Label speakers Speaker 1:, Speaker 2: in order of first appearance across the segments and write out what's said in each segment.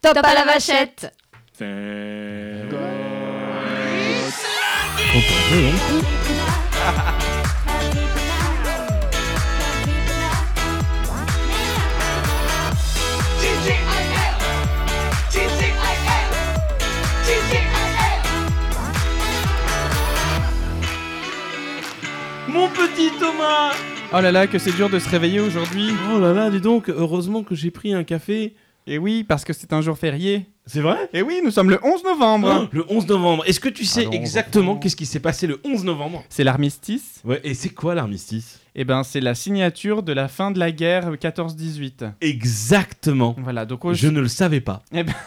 Speaker 1: Top à la vachette
Speaker 2: Mon petit Thomas
Speaker 3: Oh là là, que c'est dur de se réveiller aujourd'hui.
Speaker 2: Oh là là, dis donc, heureusement que j'ai pris un café.
Speaker 3: Et Eh oui, parce que c'est un jour férié.
Speaker 2: C'est vrai
Speaker 3: Et oui, nous sommes le 11 novembre.
Speaker 2: Oh, Le 11 novembre. Est-ce que tu sais
Speaker 3: le 11
Speaker 2: exactement
Speaker 3: novembre.
Speaker 2: qu'est-ce qui s'est passé le 11 novembre
Speaker 3: C'est l'armistice.
Speaker 2: Ouais, et c'est quoi l'armistice
Speaker 3: Et ben, c'est la signature de la fin de la guerre 14-18.
Speaker 2: Exactement.
Speaker 3: Voilà, donc
Speaker 2: Je
Speaker 3: aujourd'hui.
Speaker 2: ne le savais pas.
Speaker 3: Eh ben.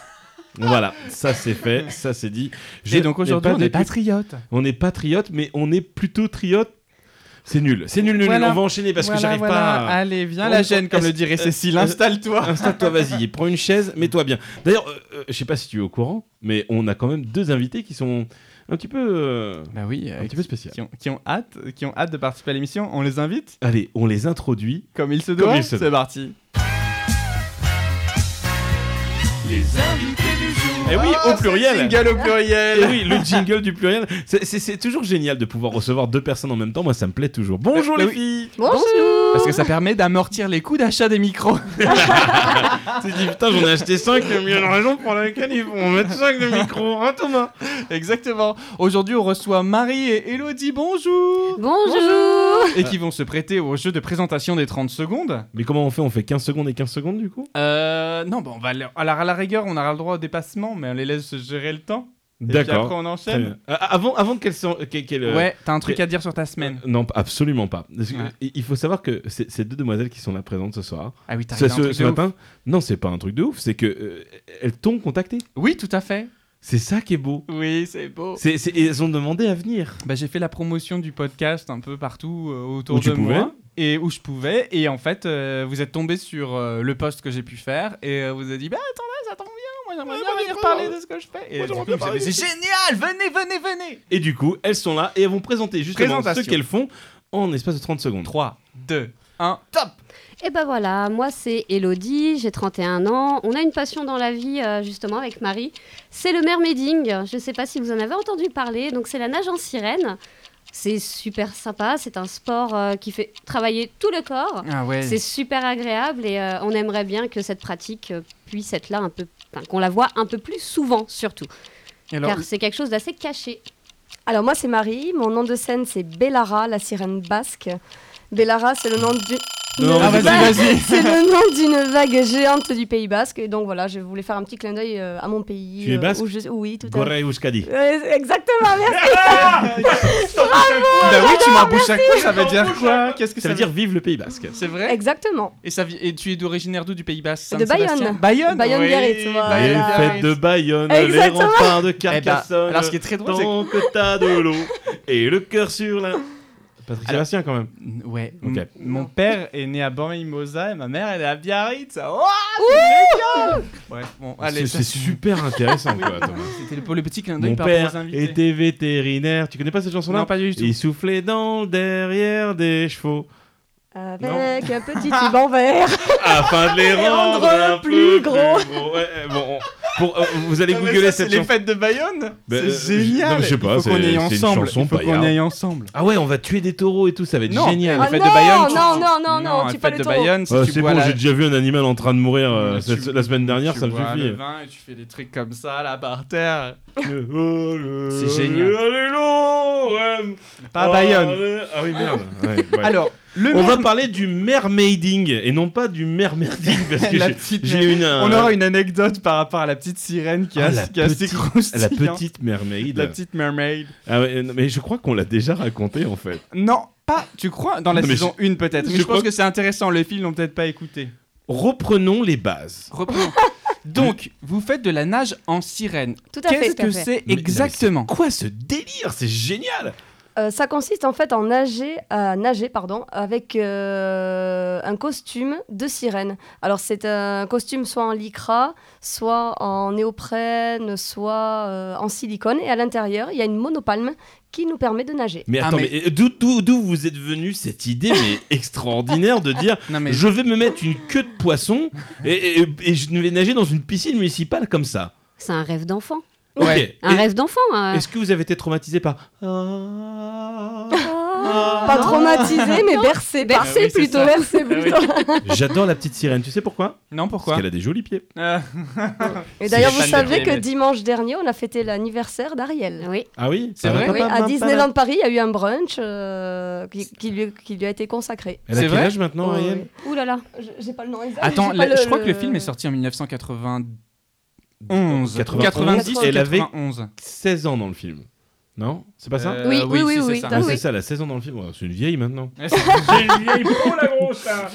Speaker 2: Voilà, ça c'est fait, ça c'est dit. Je-
Speaker 3: Et donc aujourd'hui,
Speaker 2: mais
Speaker 3: on est
Speaker 2: pas des-
Speaker 3: patriote.
Speaker 2: on est patriote, mais on est plutôt triote. C'est nul, c'est nul, nul, nul.
Speaker 3: Voilà.
Speaker 2: On va enchaîner parce que
Speaker 3: Voilà,
Speaker 2: j'arrive
Speaker 3: voilà.
Speaker 2: pas à...
Speaker 3: Allez, viens
Speaker 2: On-
Speaker 3: la gêne, comme
Speaker 2: est-ce-
Speaker 3: le dirait
Speaker 2: euh,
Speaker 3: Cécile.
Speaker 2: euh,
Speaker 3: Installe-toi.
Speaker 2: Installe-toi, vas-y, et prends une chaise, mets-toi bien. D'ailleurs, euh, euh, je sais pas si tu es au courant, mais on a quand même deux invités qui sont un petit peu, euh,
Speaker 3: Bah oui,
Speaker 2: un petit peu spécial.
Speaker 3: qui, ont, qui ont hâte, qui ont hâte de participer à l'émission. On les invite
Speaker 2: Allez, on les introduit.
Speaker 3: comme il se
Speaker 2: Comme
Speaker 3: doit.
Speaker 2: il se
Speaker 3: C'est parti.
Speaker 2: Eh oui,
Speaker 3: Ah,
Speaker 2: au pluriel.
Speaker 3: Single au pluriel. Bah
Speaker 2: Eh oui, le jingle du pluriel. C'est- C'est c'est toujours génial de pouvoir recevoir deux personnes en même temps. Moi, ça me plaît toujours. Bonjour
Speaker 3: Bah
Speaker 2: les
Speaker 3: oui.
Speaker 2: filles.
Speaker 1: Bonjour
Speaker 3: Parce que ça permet d'amortir les coûts d'achat des micros.
Speaker 2: Tu dis putain, j'en ai acheté 5, mais il y a une raison pour laquelle ils vont mettre 5 de micro, hein Thomas
Speaker 3: Exactement. Aujourd'hui, on reçoit Marie et Elodie. Bonjour.
Speaker 1: Bonjour
Speaker 3: Et qui vont se prêter au jeu de présentation des 30 secondes.
Speaker 2: Mais comment on fait On fait 15 secondes et 15 secondes du coup
Speaker 3: Euh, non, bon, on va leur- alors à la rigueur, on aura le droit au dépassement, mais on les laisse gérer le temps. Et puis après,
Speaker 2: D'accord.
Speaker 3: on
Speaker 2: Très
Speaker 3: enchaîne.
Speaker 2: bien. Euh, Avant, avant qu'elle s'en- qu'elle- qu'elle, euh,
Speaker 3: Ouais, t'as un truc
Speaker 2: mais-
Speaker 3: à dire sur ta semaine.
Speaker 2: Non, p- absolument pas. Parce que,
Speaker 3: Ouais.
Speaker 2: euh, Il il faut savoir que c'est- ces deux demoiselles qui sont là présentes ce soir,
Speaker 3: Ah oui, t'as
Speaker 2: ce,
Speaker 3: un
Speaker 2: ce-
Speaker 3: truc
Speaker 2: ce
Speaker 3: de ouf.
Speaker 2: matin, non, c'est pas un truc de ouf, c'est que euh, elles t'ont contacté.
Speaker 3: Oui, tout à fait.
Speaker 2: C'est ça qui est beau.
Speaker 3: Oui, c'est beau.
Speaker 2: C'est, c'est- et elles ont demandé à venir.
Speaker 3: Bah, j'ai fait la promotion du podcast un peu partout euh, autour
Speaker 2: Où tu
Speaker 3: de
Speaker 2: pouvais.
Speaker 3: moi et où je pouvais. Et en fait, euh, vous êtes tombé sur euh, le post que j'ai pu faire et euh, vous avez dit bah attendez, ça tombe bien, moi j'aimerais bien venir parler de ce que je fais. Et
Speaker 2: bah, Moi,
Speaker 3: du
Speaker 2: j'aimerais
Speaker 3: coup,
Speaker 2: bien
Speaker 3: vous avez
Speaker 2: parler.
Speaker 3: dit, c'est génial, venez, venez, venez.
Speaker 2: Et du coup, elles sont là et elles vont présenter justement ce
Speaker 3: Présentation.
Speaker 2: qu'elles font en espace de 30 secondes.
Speaker 3: 3, 2, 1, top.
Speaker 1: Et ben voilà, moi c'est Elodie, j'ai 31 ans. On a une passion dans la vie, euh, justement, avec Marie. C'est le mermaiding. Je ne sais pas si vous en avez entendu parler. Donc, c'est la nage en sirène. C'est super sympa. C'est un sport euh, qui fait travailler tout le corps.
Speaker 3: Ah ouais.
Speaker 1: C'est super agréable et euh, on aimerait bien que cette pratique euh, puisse être là un peu, enfin, qu'on la voit un peu plus souvent surtout,
Speaker 3: Alors,
Speaker 1: car c'est quelque chose d'assez caché.
Speaker 4: Alors moi c'est Marie, mon nom de scène c'est Bellara, la sirène basque. Bellara c'est le nom du-
Speaker 2: Non,
Speaker 3: Ah,
Speaker 2: mais
Speaker 3: vas-y,
Speaker 2: c'est pas-
Speaker 3: vas-y.
Speaker 4: c'est le nom d'une vague géante du Pays Basque. Et donc voilà, je voulais faire un petit clin d'œil euh, à mon pays.
Speaker 2: Tu es
Speaker 4: euh,
Speaker 2: basque
Speaker 4: où je- Oui, tout à fait.
Speaker 2: Gorey Euskadi.
Speaker 4: Ouais, exactement, merci. Ah,
Speaker 3: bah oui, tu m'embouches à coup, ça veut dire quoi Qu'est-ce que
Speaker 2: Ça veut dire vive le Pays Basque.
Speaker 3: C'est vrai
Speaker 4: Exactement.
Speaker 3: et, ça, vi- et tu es d'originaire d'où du Pays Basque
Speaker 4: De Bayonne.
Speaker 3: Saint-Sébastien Bayonne
Speaker 4: Bayonne,
Speaker 3: oui.
Speaker 4: Biarritz, voilà.
Speaker 2: Les
Speaker 3: Bayonne,
Speaker 2: fêtes de
Speaker 3: Biarritz.
Speaker 2: Bayonne, les
Speaker 4: Exactement.
Speaker 2: remparts de
Speaker 3: Eh ben,
Speaker 2: Carcassonne.
Speaker 3: alors ce qui est très drôle, c'est que
Speaker 2: Tant que t'as de l'eau et le cœur sur la. Patrick
Speaker 3: Alors-
Speaker 2: Sébastien, quand même.
Speaker 3: N- Ouais.
Speaker 2: Ok.
Speaker 3: M- Mon père est né à Bormimosa et ma mère elle est à Biarritz. Ouah, c'est génial Ouais, bon, allez.
Speaker 2: C'est c'est
Speaker 3: ça-
Speaker 2: super intéressant, quoi, Thomas.
Speaker 3: C'était le, le petit clin d'œil
Speaker 2: Mon
Speaker 3: par rapport aux
Speaker 2: père
Speaker 3: invités.
Speaker 2: était vétérinaire. Tu connais pas cette chanson-là
Speaker 3: Non, pas du tout.
Speaker 2: Il soufflait dans le derrière des chevaux
Speaker 4: Avec un petit ruban vert.
Speaker 2: afin de les rendre,
Speaker 4: rendre
Speaker 2: un
Speaker 4: plus
Speaker 2: peu
Speaker 4: gros.
Speaker 2: Ouais, euh, bon, on- pour, euh, vous allez
Speaker 3: Non, mais
Speaker 2: googler
Speaker 3: ça,
Speaker 2: cette
Speaker 3: c'est les
Speaker 2: chanson.
Speaker 3: fêtes de Bayonne
Speaker 2: Ben, euh,
Speaker 3: C'est
Speaker 2: je-
Speaker 3: génial
Speaker 2: non, mais je sais pas,
Speaker 3: Il faut qu'on
Speaker 2: c'est-
Speaker 3: aille
Speaker 2: c'est une
Speaker 3: ensemble.
Speaker 2: chanson
Speaker 3: Il faut qu'on
Speaker 2: paillarde.
Speaker 3: aille ensemble.
Speaker 2: Ah ouais, on va tuer des taureaux et tout, ça va être
Speaker 3: Non.
Speaker 2: génial.
Speaker 3: Les
Speaker 4: Ah
Speaker 3: fêtes
Speaker 4: non,
Speaker 3: de Bayonne, tu-
Speaker 4: non, non, non, non, tu
Speaker 3: les
Speaker 4: pas
Speaker 3: fêtes de
Speaker 4: le taureau.
Speaker 3: Bayonne, si
Speaker 2: Ah,
Speaker 3: tu
Speaker 2: c'est
Speaker 3: bois
Speaker 2: bon,
Speaker 3: la-
Speaker 2: j'ai déjà vu un animal en train de mourir euh,
Speaker 3: tu-
Speaker 2: cette- la semaine dernière,
Speaker 3: tu
Speaker 2: ça me
Speaker 3: bois
Speaker 2: suffit.
Speaker 3: le vin et tu fais des trucs comme ça là par terre.
Speaker 2: C'est
Speaker 3: génial. Pas Bayonne.
Speaker 2: Ah oui, merde. Ouais, ouais.
Speaker 3: Alors, le
Speaker 2: on va
Speaker 3: merme-
Speaker 2: parler du mermaiding et non pas du mermerding parce que
Speaker 3: La
Speaker 2: j'ai-
Speaker 3: petite
Speaker 2: j'ai une. euh,
Speaker 3: on aura une anecdote par rapport à la petite sirène qui
Speaker 2: Ah,
Speaker 3: a
Speaker 2: la
Speaker 3: qui a assez
Speaker 2: petite- La
Speaker 3: croustillante.
Speaker 2: petite mermaid.
Speaker 3: hein. la petite mermaid.
Speaker 2: Ah ouais, non, mais je crois qu'on l'a déjà raconté en fait.
Speaker 3: Non, pas, tu crois, dans la
Speaker 2: Non, mais
Speaker 3: saison 1 peut-être. Mais
Speaker 2: je
Speaker 3: je,
Speaker 2: crois
Speaker 3: pense que c'est intéressant, les filles l'ont peut-être pas écouté.
Speaker 2: Reprenons les bases.
Speaker 3: Reprenons. Donc, vous faites de la nage en sirène.
Speaker 4: Tout à fait,
Speaker 3: Qu'est-ce
Speaker 4: tout à
Speaker 3: que
Speaker 4: fait.
Speaker 3: c'est
Speaker 2: Mais-
Speaker 3: exactement
Speaker 2: Quoi ce délire C'est génial
Speaker 4: Euh, ça consiste en fait en nager, à nager pardon, avec euh, un costume de sirène. Alors c'est un costume soit en lycra, soit en néoprène, soit euh, en silicone. Et à l'intérieur, il y a une monopalme qui nous permet de nager.
Speaker 2: Mais
Speaker 3: Ah,
Speaker 2: attends,
Speaker 3: mais-
Speaker 2: mais, d'où, d'où- d'où vous êtes venu cette idée mais extraordinaire de dire
Speaker 3: Non, mais
Speaker 2: je vais me mettre une queue de poisson et, et- et je vais nager dans une piscine municipale comme ça.
Speaker 1: C'est un rêve d'enfant.
Speaker 2: Ok.
Speaker 3: Ouais.
Speaker 1: Un
Speaker 2: Et-
Speaker 1: rêve d'enfant. hein.
Speaker 2: Est-ce que vous avez été traumatisé par Ah, ah,
Speaker 4: Pas
Speaker 2: ah
Speaker 4: traumatisé, mais bercé. par-
Speaker 3: Bercé Ah oui, c'est plutôt. ça.
Speaker 4: Bercé
Speaker 3: oui.
Speaker 4: plutôt.
Speaker 2: J'adore la petite sirène. Tu sais pourquoi
Speaker 3: Non,
Speaker 2: Parce
Speaker 3: pourquoi
Speaker 2: qu'elle a des jolis pieds.
Speaker 4: Ah,
Speaker 3: Euh,
Speaker 4: Et d'ailleurs,
Speaker 3: C'est
Speaker 4: vous
Speaker 3: pas le
Speaker 4: savez
Speaker 3: dernier,
Speaker 4: que
Speaker 3: mais-
Speaker 4: dimanche dernier, on a fêté l'anniversaire d'Ariel.
Speaker 1: Oui.
Speaker 2: Ah oui,
Speaker 3: C'est vrai
Speaker 4: Oui,
Speaker 2: Papa,
Speaker 4: à
Speaker 2: papa.
Speaker 4: Disneyland Paris, il y a eu un brunch euh, qui, qui lui, qui lui a été consacré.
Speaker 2: Elle a
Speaker 3: C'est
Speaker 2: quel
Speaker 3: vrai
Speaker 2: âge maintenant,
Speaker 4: Oui,
Speaker 2: Ariel
Speaker 4: Oh, oui.
Speaker 1: Ouh là là.
Speaker 4: Je- J'ai pas le nom exact.
Speaker 3: Attends,
Speaker 4: j'ai
Speaker 3: la-
Speaker 4: pas
Speaker 3: je crois que le film est sorti en 1991.
Speaker 2: 91.
Speaker 3: 90 et
Speaker 2: Elle avait
Speaker 3: 91.
Speaker 2: 16 ans dans le film. Non C'est pas ça
Speaker 3: Euh,
Speaker 1: Oui, oui, oui,
Speaker 3: si, c'est
Speaker 1: oui,
Speaker 3: ça.
Speaker 4: Ah
Speaker 1: t'as-
Speaker 2: Mais
Speaker 1: oui.
Speaker 2: c'est ça, la 16 ans dans le film. Ouais, c'est une vieille maintenant.
Speaker 3: J'ai une vieille peau, la grosse là.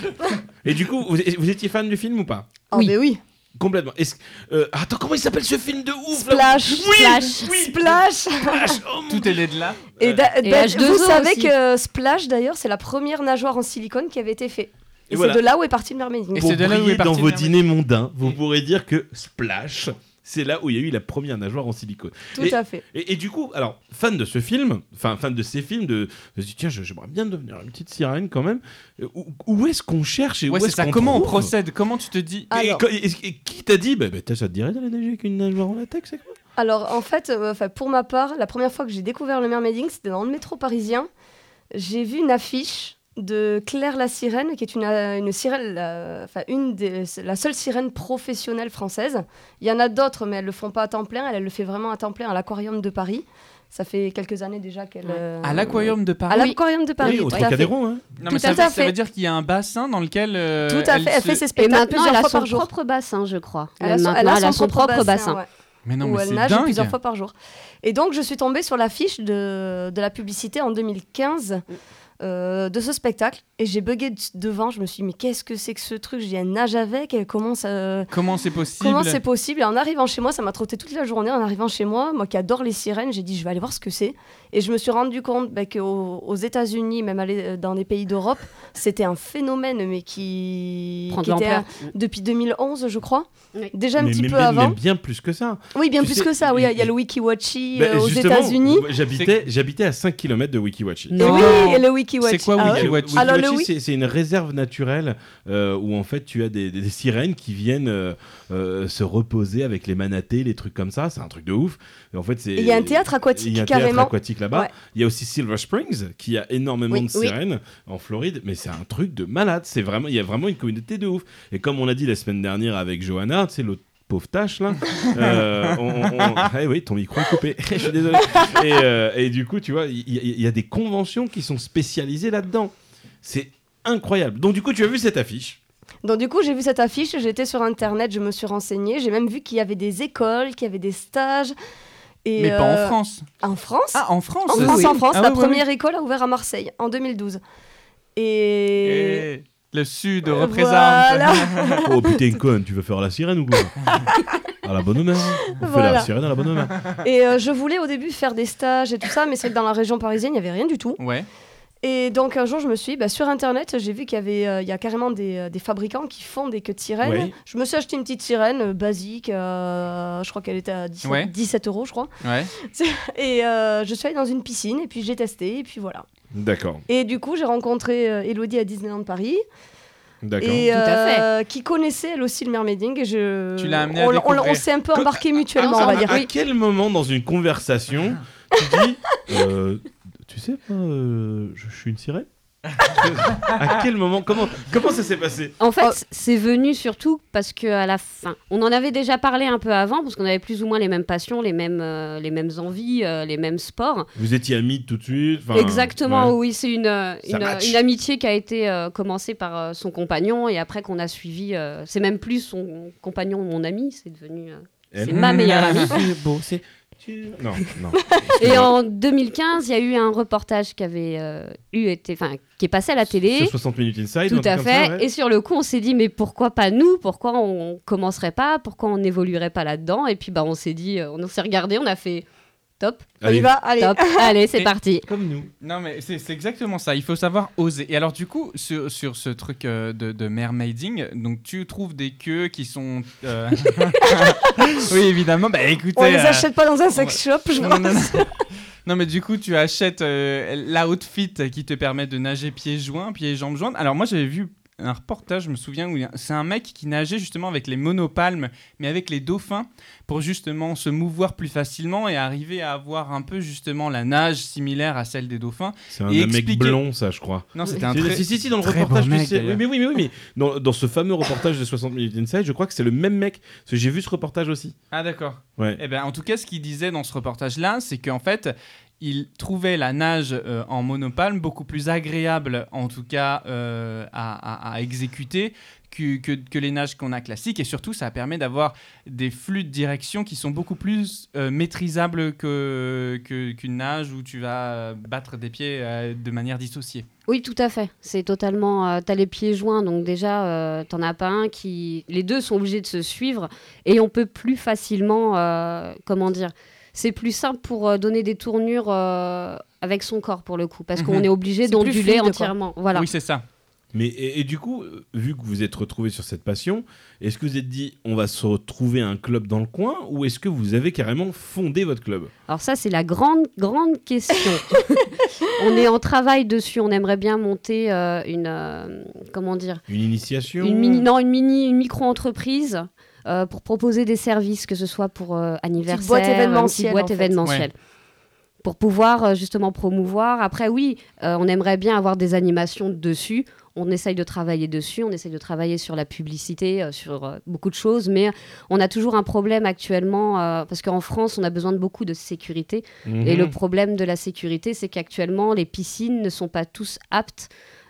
Speaker 2: Et du coup, vous, vous étiez fan du film ou pas
Speaker 4: Ah,
Speaker 1: Oui.
Speaker 4: mais oui.
Speaker 2: Complètement. Est-ce- euh, attends, comment il s'appelle ce film de ouf là
Speaker 4: Splash.
Speaker 1: Flash.
Speaker 4: Splash
Speaker 2: Flash Oh mon
Speaker 3: Tout est laid de là.
Speaker 4: Et, d'a-
Speaker 1: Et
Speaker 4: d'a-
Speaker 1: H2O
Speaker 4: vous savez
Speaker 1: aussi.
Speaker 4: que euh, Splash, d'ailleurs, c'est la première nageoire en silicone qui avait été faite. Et,
Speaker 2: Et voilà.
Speaker 4: c'est de là où est partie le mermaiding.
Speaker 3: Et
Speaker 2: Pour
Speaker 3: c'est de là où
Speaker 2: briller
Speaker 3: est parti
Speaker 2: dans
Speaker 3: le
Speaker 2: vos
Speaker 3: merveille.
Speaker 2: dîners mondains, vous pourrez dire que Splash, c'est là où il y a eu la première nageoire en silicone.
Speaker 4: Tout
Speaker 2: et-
Speaker 4: à fait.
Speaker 2: Et, et du coup, alors, fan de ce film, enfin, fan de ces films, de, je me suis dit, tiens, je- j'aimerais bien devenir une petite sirène quand même. Euh, Où, où est-ce qu'on cherche et
Speaker 3: Ouais,
Speaker 2: où
Speaker 3: c'est
Speaker 2: est-ce
Speaker 3: ça.
Speaker 2: qu'on
Speaker 3: Comment on
Speaker 2: trouve
Speaker 3: procède Comment tu te dis
Speaker 2: Et
Speaker 4: Alors.
Speaker 2: quand- et- et- et qui t'a dit, bah, bah, t'as- ça te dirait d'aller nager avec une nageoire en latex c'est quoi
Speaker 4: Alors, en fait, euh, enfin, pour ma part, la première fois que j'ai découvert le mermaiding, c'était dans le métro parisien. J'ai vu une affiche de Claire la Sirène, qui est une, euh, une sirène, la, enfin, une des, c'est la seule sirène professionnelle française. Il y en a d'autres, mais elles le font pas à temps plein. Elle, elle le fait vraiment à temps plein à l'aquarium de Paris. Ça fait quelques années déjà qu'elle.
Speaker 1: Ouais.
Speaker 4: euh,
Speaker 3: à l'aquarium de
Speaker 4: À
Speaker 3: Paris
Speaker 4: l'aquarium de Paris.
Speaker 2: Oui, au
Speaker 4: tout à fait.
Speaker 2: Trocadéro, hein.
Speaker 3: Non,
Speaker 4: tout
Speaker 3: mais ça,
Speaker 4: à
Speaker 3: veut- ça
Speaker 4: fait.
Speaker 3: veut dire qu'il y a un bassin dans lequel. euh,
Speaker 4: Tout à fait. Elle
Speaker 3: se-
Speaker 4: fait ses
Speaker 1: Et
Speaker 4: spectacles
Speaker 1: maintenant,
Speaker 4: plusieurs
Speaker 1: elle a
Speaker 4: fois
Speaker 1: son
Speaker 4: par jour.
Speaker 1: propre bassin, je crois.
Speaker 4: Elle a son,
Speaker 1: Maintenant,
Speaker 4: elle a son propre, bassin. ouais.
Speaker 3: Mais non,
Speaker 4: où
Speaker 3: mais
Speaker 4: elle
Speaker 3: c'est
Speaker 4: nage
Speaker 3: dingue.
Speaker 4: plusieurs fois par jour. Et donc, je suis tombée sur l'affiche de, de la publicité en 2015
Speaker 1: Mm.
Speaker 4: euh, de ce spectacle. Et j'ai bugué de- devant. Je me suis dit, mais qu'est-ce que c'est que ce truc J'ai dit, elle nage avec. Elle commence à.
Speaker 3: Comment c'est possible
Speaker 4: Comment c'est possible Et en arrivant chez moi, ça m'a trotté toute la journée. En arrivant chez moi, moi qui adore les sirènes, j'ai dit je vais aller voir ce que c'est. Et je me suis rendu compte bah, qu'aux aux États-Unis, même aller euh, dans les pays d'Europe, c'était un phénomène, mais qui,
Speaker 1: Prendre
Speaker 4: qui était
Speaker 1: l'ampleur.
Speaker 4: euh, depuis 2011, je crois.
Speaker 1: Oui.
Speaker 4: Déjà un
Speaker 2: mais,
Speaker 4: petit
Speaker 2: mais-
Speaker 4: peu
Speaker 2: mais- mais
Speaker 4: avant.
Speaker 2: bien plus que ça.
Speaker 4: Oui, bien
Speaker 2: Tu
Speaker 4: plus
Speaker 2: sais,
Speaker 4: que ça. Oui,
Speaker 2: il-
Speaker 4: il y a le WikiWatchi
Speaker 2: Bah,
Speaker 4: euh, aux
Speaker 2: justement,
Speaker 4: États-Unis.
Speaker 2: J'habitais, j'habitais à 5 km de Wikiwachi.
Speaker 4: Et
Speaker 1: Non.
Speaker 4: oui, et le WikiWatchi.
Speaker 3: C'est quoi,
Speaker 4: Ah ouais
Speaker 3: Wiki-
Speaker 2: Wikiwachi,
Speaker 3: Wikiwachi.
Speaker 4: Alors, le wi-
Speaker 2: c'est, c'est une réserve naturelle euh, où en fait tu as des, des- des sirènes qui viennent euh, euh, se reposer avec les manatés, les trucs comme ça. C'est un truc de ouf. Et en fait, c'est,
Speaker 4: Il y a un théâtre aquatique,
Speaker 2: Il y a un théâtre
Speaker 4: carrément.
Speaker 2: aquatique là-bas.
Speaker 4: Ouais.
Speaker 2: Il y a aussi Silver Springs qui a énormément
Speaker 4: Oui,
Speaker 2: de
Speaker 4: oui.
Speaker 2: sirènes en Floride, mais c'est un truc de malade. C'est vraiment, il y a vraiment une communauté de ouf. Et comme on l'a dit la semaine dernière avec Johanna, c'est l'autre pauvre tâche là. Euh, on- on- on- Eh oui, ton micro est coupé. Je suis désolé. Et, euh, et du coup, tu vois, il y, il y a des conventions qui sont spécialisées là-dedans. C'est incroyable. Donc du coup, tu as vu cette affiche.
Speaker 4: Donc du coup, j'ai vu cette affiche, j'étais sur internet, je me suis renseignée, j'ai même vu qu'il y avait des écoles, qu'il y avait des stages. Et
Speaker 3: Mais pas
Speaker 4: euh,
Speaker 3: en France.
Speaker 4: En France
Speaker 3: Ah, en France
Speaker 4: En
Speaker 3: ça,
Speaker 4: France,
Speaker 3: c'est-
Speaker 4: en France,
Speaker 3: Ah
Speaker 4: la
Speaker 3: ouais, ouais,
Speaker 4: première école a ouvert à Marseille en 2012. Et,
Speaker 3: ouais. Eh, Le Sud
Speaker 4: Euh,
Speaker 3: représente.
Speaker 4: voilà.
Speaker 2: Oh putain, conne, tu veux faire la sirène ou quoi À la bonne honneur. On fait la
Speaker 4: Voilà.
Speaker 2: sirène à la bonne honneur.
Speaker 4: et euh, je voulais au début faire des stages et tout ça, mais c'est vrai que dans la région parisienne, il n'y avait rien du tout.
Speaker 3: Ouais.
Speaker 4: Et donc un jour, je me suis dit, bah, sur Internet, j'ai vu qu'il y avait euh, il y a carrément des, euh, des fabricants qui font des queues de sirène.
Speaker 2: Oui.
Speaker 4: Je me suis acheté une petite sirène euh, basique, euh, je crois qu'elle était à 17,
Speaker 3: Ouais.
Speaker 4: 17 euros, je crois.
Speaker 3: Ouais.
Speaker 4: Et euh, je suis allée dans une piscine, et puis j'ai testé, et puis voilà.
Speaker 2: D'accord,
Speaker 4: Et du coup, j'ai rencontré euh, Elodie à Disneyland Paris.
Speaker 2: d'accord.
Speaker 4: Et
Speaker 1: Tout à fait.
Speaker 4: euh, qui connaissait elle aussi le mermaiding. Et je...
Speaker 3: Tu l'as amenée à
Speaker 4: on, on,
Speaker 3: découvrir. Ah,
Speaker 4: on s'est un peu
Speaker 2: Co-
Speaker 4: embarqués mutuellement, on
Speaker 1: ensemble.
Speaker 4: va dire.
Speaker 2: À quel moment dans une conversation tu dis euh, Tu sais, moi, euh, je suis une sirène À quel moment comment, comment ça s'est passé
Speaker 1: En fait,
Speaker 4: Oh.
Speaker 1: c'est venu surtout parce que à la fin, on en avait déjà parlé un peu avant, parce qu'on avait plus ou moins les mêmes passions, les mêmes, euh, les mêmes envies, euh, les mêmes sports.
Speaker 2: Vous étiez amis tout de suite enfin,
Speaker 1: Exactement,
Speaker 2: ouais.
Speaker 1: oui, c'est une, euh,
Speaker 2: Ça
Speaker 1: une,
Speaker 2: match.
Speaker 1: une amitié qui a été euh, commencée par euh, son compagnon et après qu'on a suivi. euh, c'est même plus son compagnon ou mon ami, c'est devenu. euh,
Speaker 2: Elle-
Speaker 1: c'est ma meilleure amie.
Speaker 2: C'est beau, c'est. tu- Non, non.
Speaker 1: Et
Speaker 2: excuse-moi.
Speaker 1: en 2015, il y a eu un reportage qui avait euh, eu été, enfin, qui est passé à la télé.
Speaker 2: Sur 60 minutes inside.
Speaker 1: Tout
Speaker 2: un truc
Speaker 1: à
Speaker 2: comme
Speaker 1: fait.
Speaker 2: ça, ouais.
Speaker 1: Et sur le coup, on s'est dit, mais pourquoi pas nous Pourquoi on commencerait pas Pourquoi on n'évoluerait pas là-dedans Et puis, bah, on s'est dit, euh, on s'est regardé, on a fait. "Putain, Top.
Speaker 4: On y va, allez.
Speaker 1: Top. Allez, c'est parti.
Speaker 2: Comme nous.
Speaker 3: Non, mais c'est c'est exactement ça. Il faut savoir oser. Et alors, du coup, sur, sur ce truc euh, de, de mermaiding, donc tu trouves des queues qui sont. euh, oui, évidemment. Bah écoutez.
Speaker 4: On les
Speaker 3: euh,
Speaker 4: achète pas dans un sex shop, je
Speaker 3: non,
Speaker 4: pense.
Speaker 3: non, non. Non, mais du coup, tu achètes euh, l'outfit qui te permet de nager pieds joints, pieds et jambes jointes. Alors, moi, j'avais vu un reportage, je me souviens, où il y a- c'est un mec qui nageait justement avec les monopalmes, mais avec les dauphins, pour justement se mouvoir plus facilement et arriver à avoir un peu justement la nage similaire à celle des dauphins.
Speaker 2: C'est un
Speaker 3: Et
Speaker 2: mec
Speaker 3: expliquer-
Speaker 2: blond, ça, je crois.
Speaker 3: Non, c'était
Speaker 1: Oui.
Speaker 3: un
Speaker 2: C'est-
Speaker 3: très...
Speaker 2: Si, si, si, dans le
Speaker 3: très
Speaker 2: reportage,
Speaker 3: bon
Speaker 2: tu
Speaker 3: mec,
Speaker 2: sais- oui,
Speaker 3: d'ailleurs.
Speaker 2: mais oui, mais oui, mais dans, dans ce fameux reportage de 60 minutes inside, je crois que c'est le même mec. Parce que j'ai vu ce reportage aussi.
Speaker 3: Ah, d'accord.
Speaker 2: Ouais.
Speaker 3: Eh ben, en tout cas, ce qu'il disait dans ce reportage-là, c'est qu'en fait, il trouvait la nage euh, en monopalme beaucoup plus agréable, en tout cas, euh, à, à- à exécuter que, que- que les nages qu'on a classiques. Et surtout, ça permet d'avoir des flux de direction qui sont beaucoup plus euh, maîtrisables que- que- qu'une nage où tu vas battre des pieds euh, de manière dissociée.
Speaker 1: Oui, tout à fait. C'est totalement. euh, T'as les pieds joints, donc déjà, euh, t'en as pas un qui. Les deux sont obligés de se suivre et on peut plus facilement. euh, comment dire C'est plus simple pour euh, donner des tournures euh, avec son corps pour le coup, parce qu'on
Speaker 3: Mhm.
Speaker 1: est obligé
Speaker 4: C'est plus
Speaker 1: d'onduler
Speaker 4: fluide, quoi.
Speaker 1: entièrement. Voilà.
Speaker 3: Oui, c'est ça.
Speaker 2: Mais, et, et du coup, euh, vu que vous êtes retrouvés sur cette passion, est-ce que vous êtes dit, on va se retrouver un club dans le coin Ou est-ce que vous avez carrément fondé votre club
Speaker 1: Alors ça, c'est la grande, grande question. on est en travail dessus. On aimerait bien monter euh, une, euh, comment dire,
Speaker 2: Une initiation
Speaker 1: une mini, non, une mini, une micro-entreprise euh, pour proposer des services, que ce soit pour euh, anniversaire,
Speaker 4: boîte
Speaker 1: une petite
Speaker 4: événementielle,
Speaker 1: boîte
Speaker 4: en fait.
Speaker 1: événementielle. Pour pouvoir euh, justement promouvoir. Après, oui, euh, on aimerait bien avoir des animations dessus. On essaye de travailler dessus, on essaye de travailler sur la publicité, euh, sur euh, beaucoup de choses, mais on a toujours un problème actuellement, euh, parce qu'en France, on a besoin de beaucoup de sécurité.
Speaker 2: Mhm.
Speaker 1: Et le problème de la sécurité, c'est qu'actuellement, les piscines ne sont pas tous aptes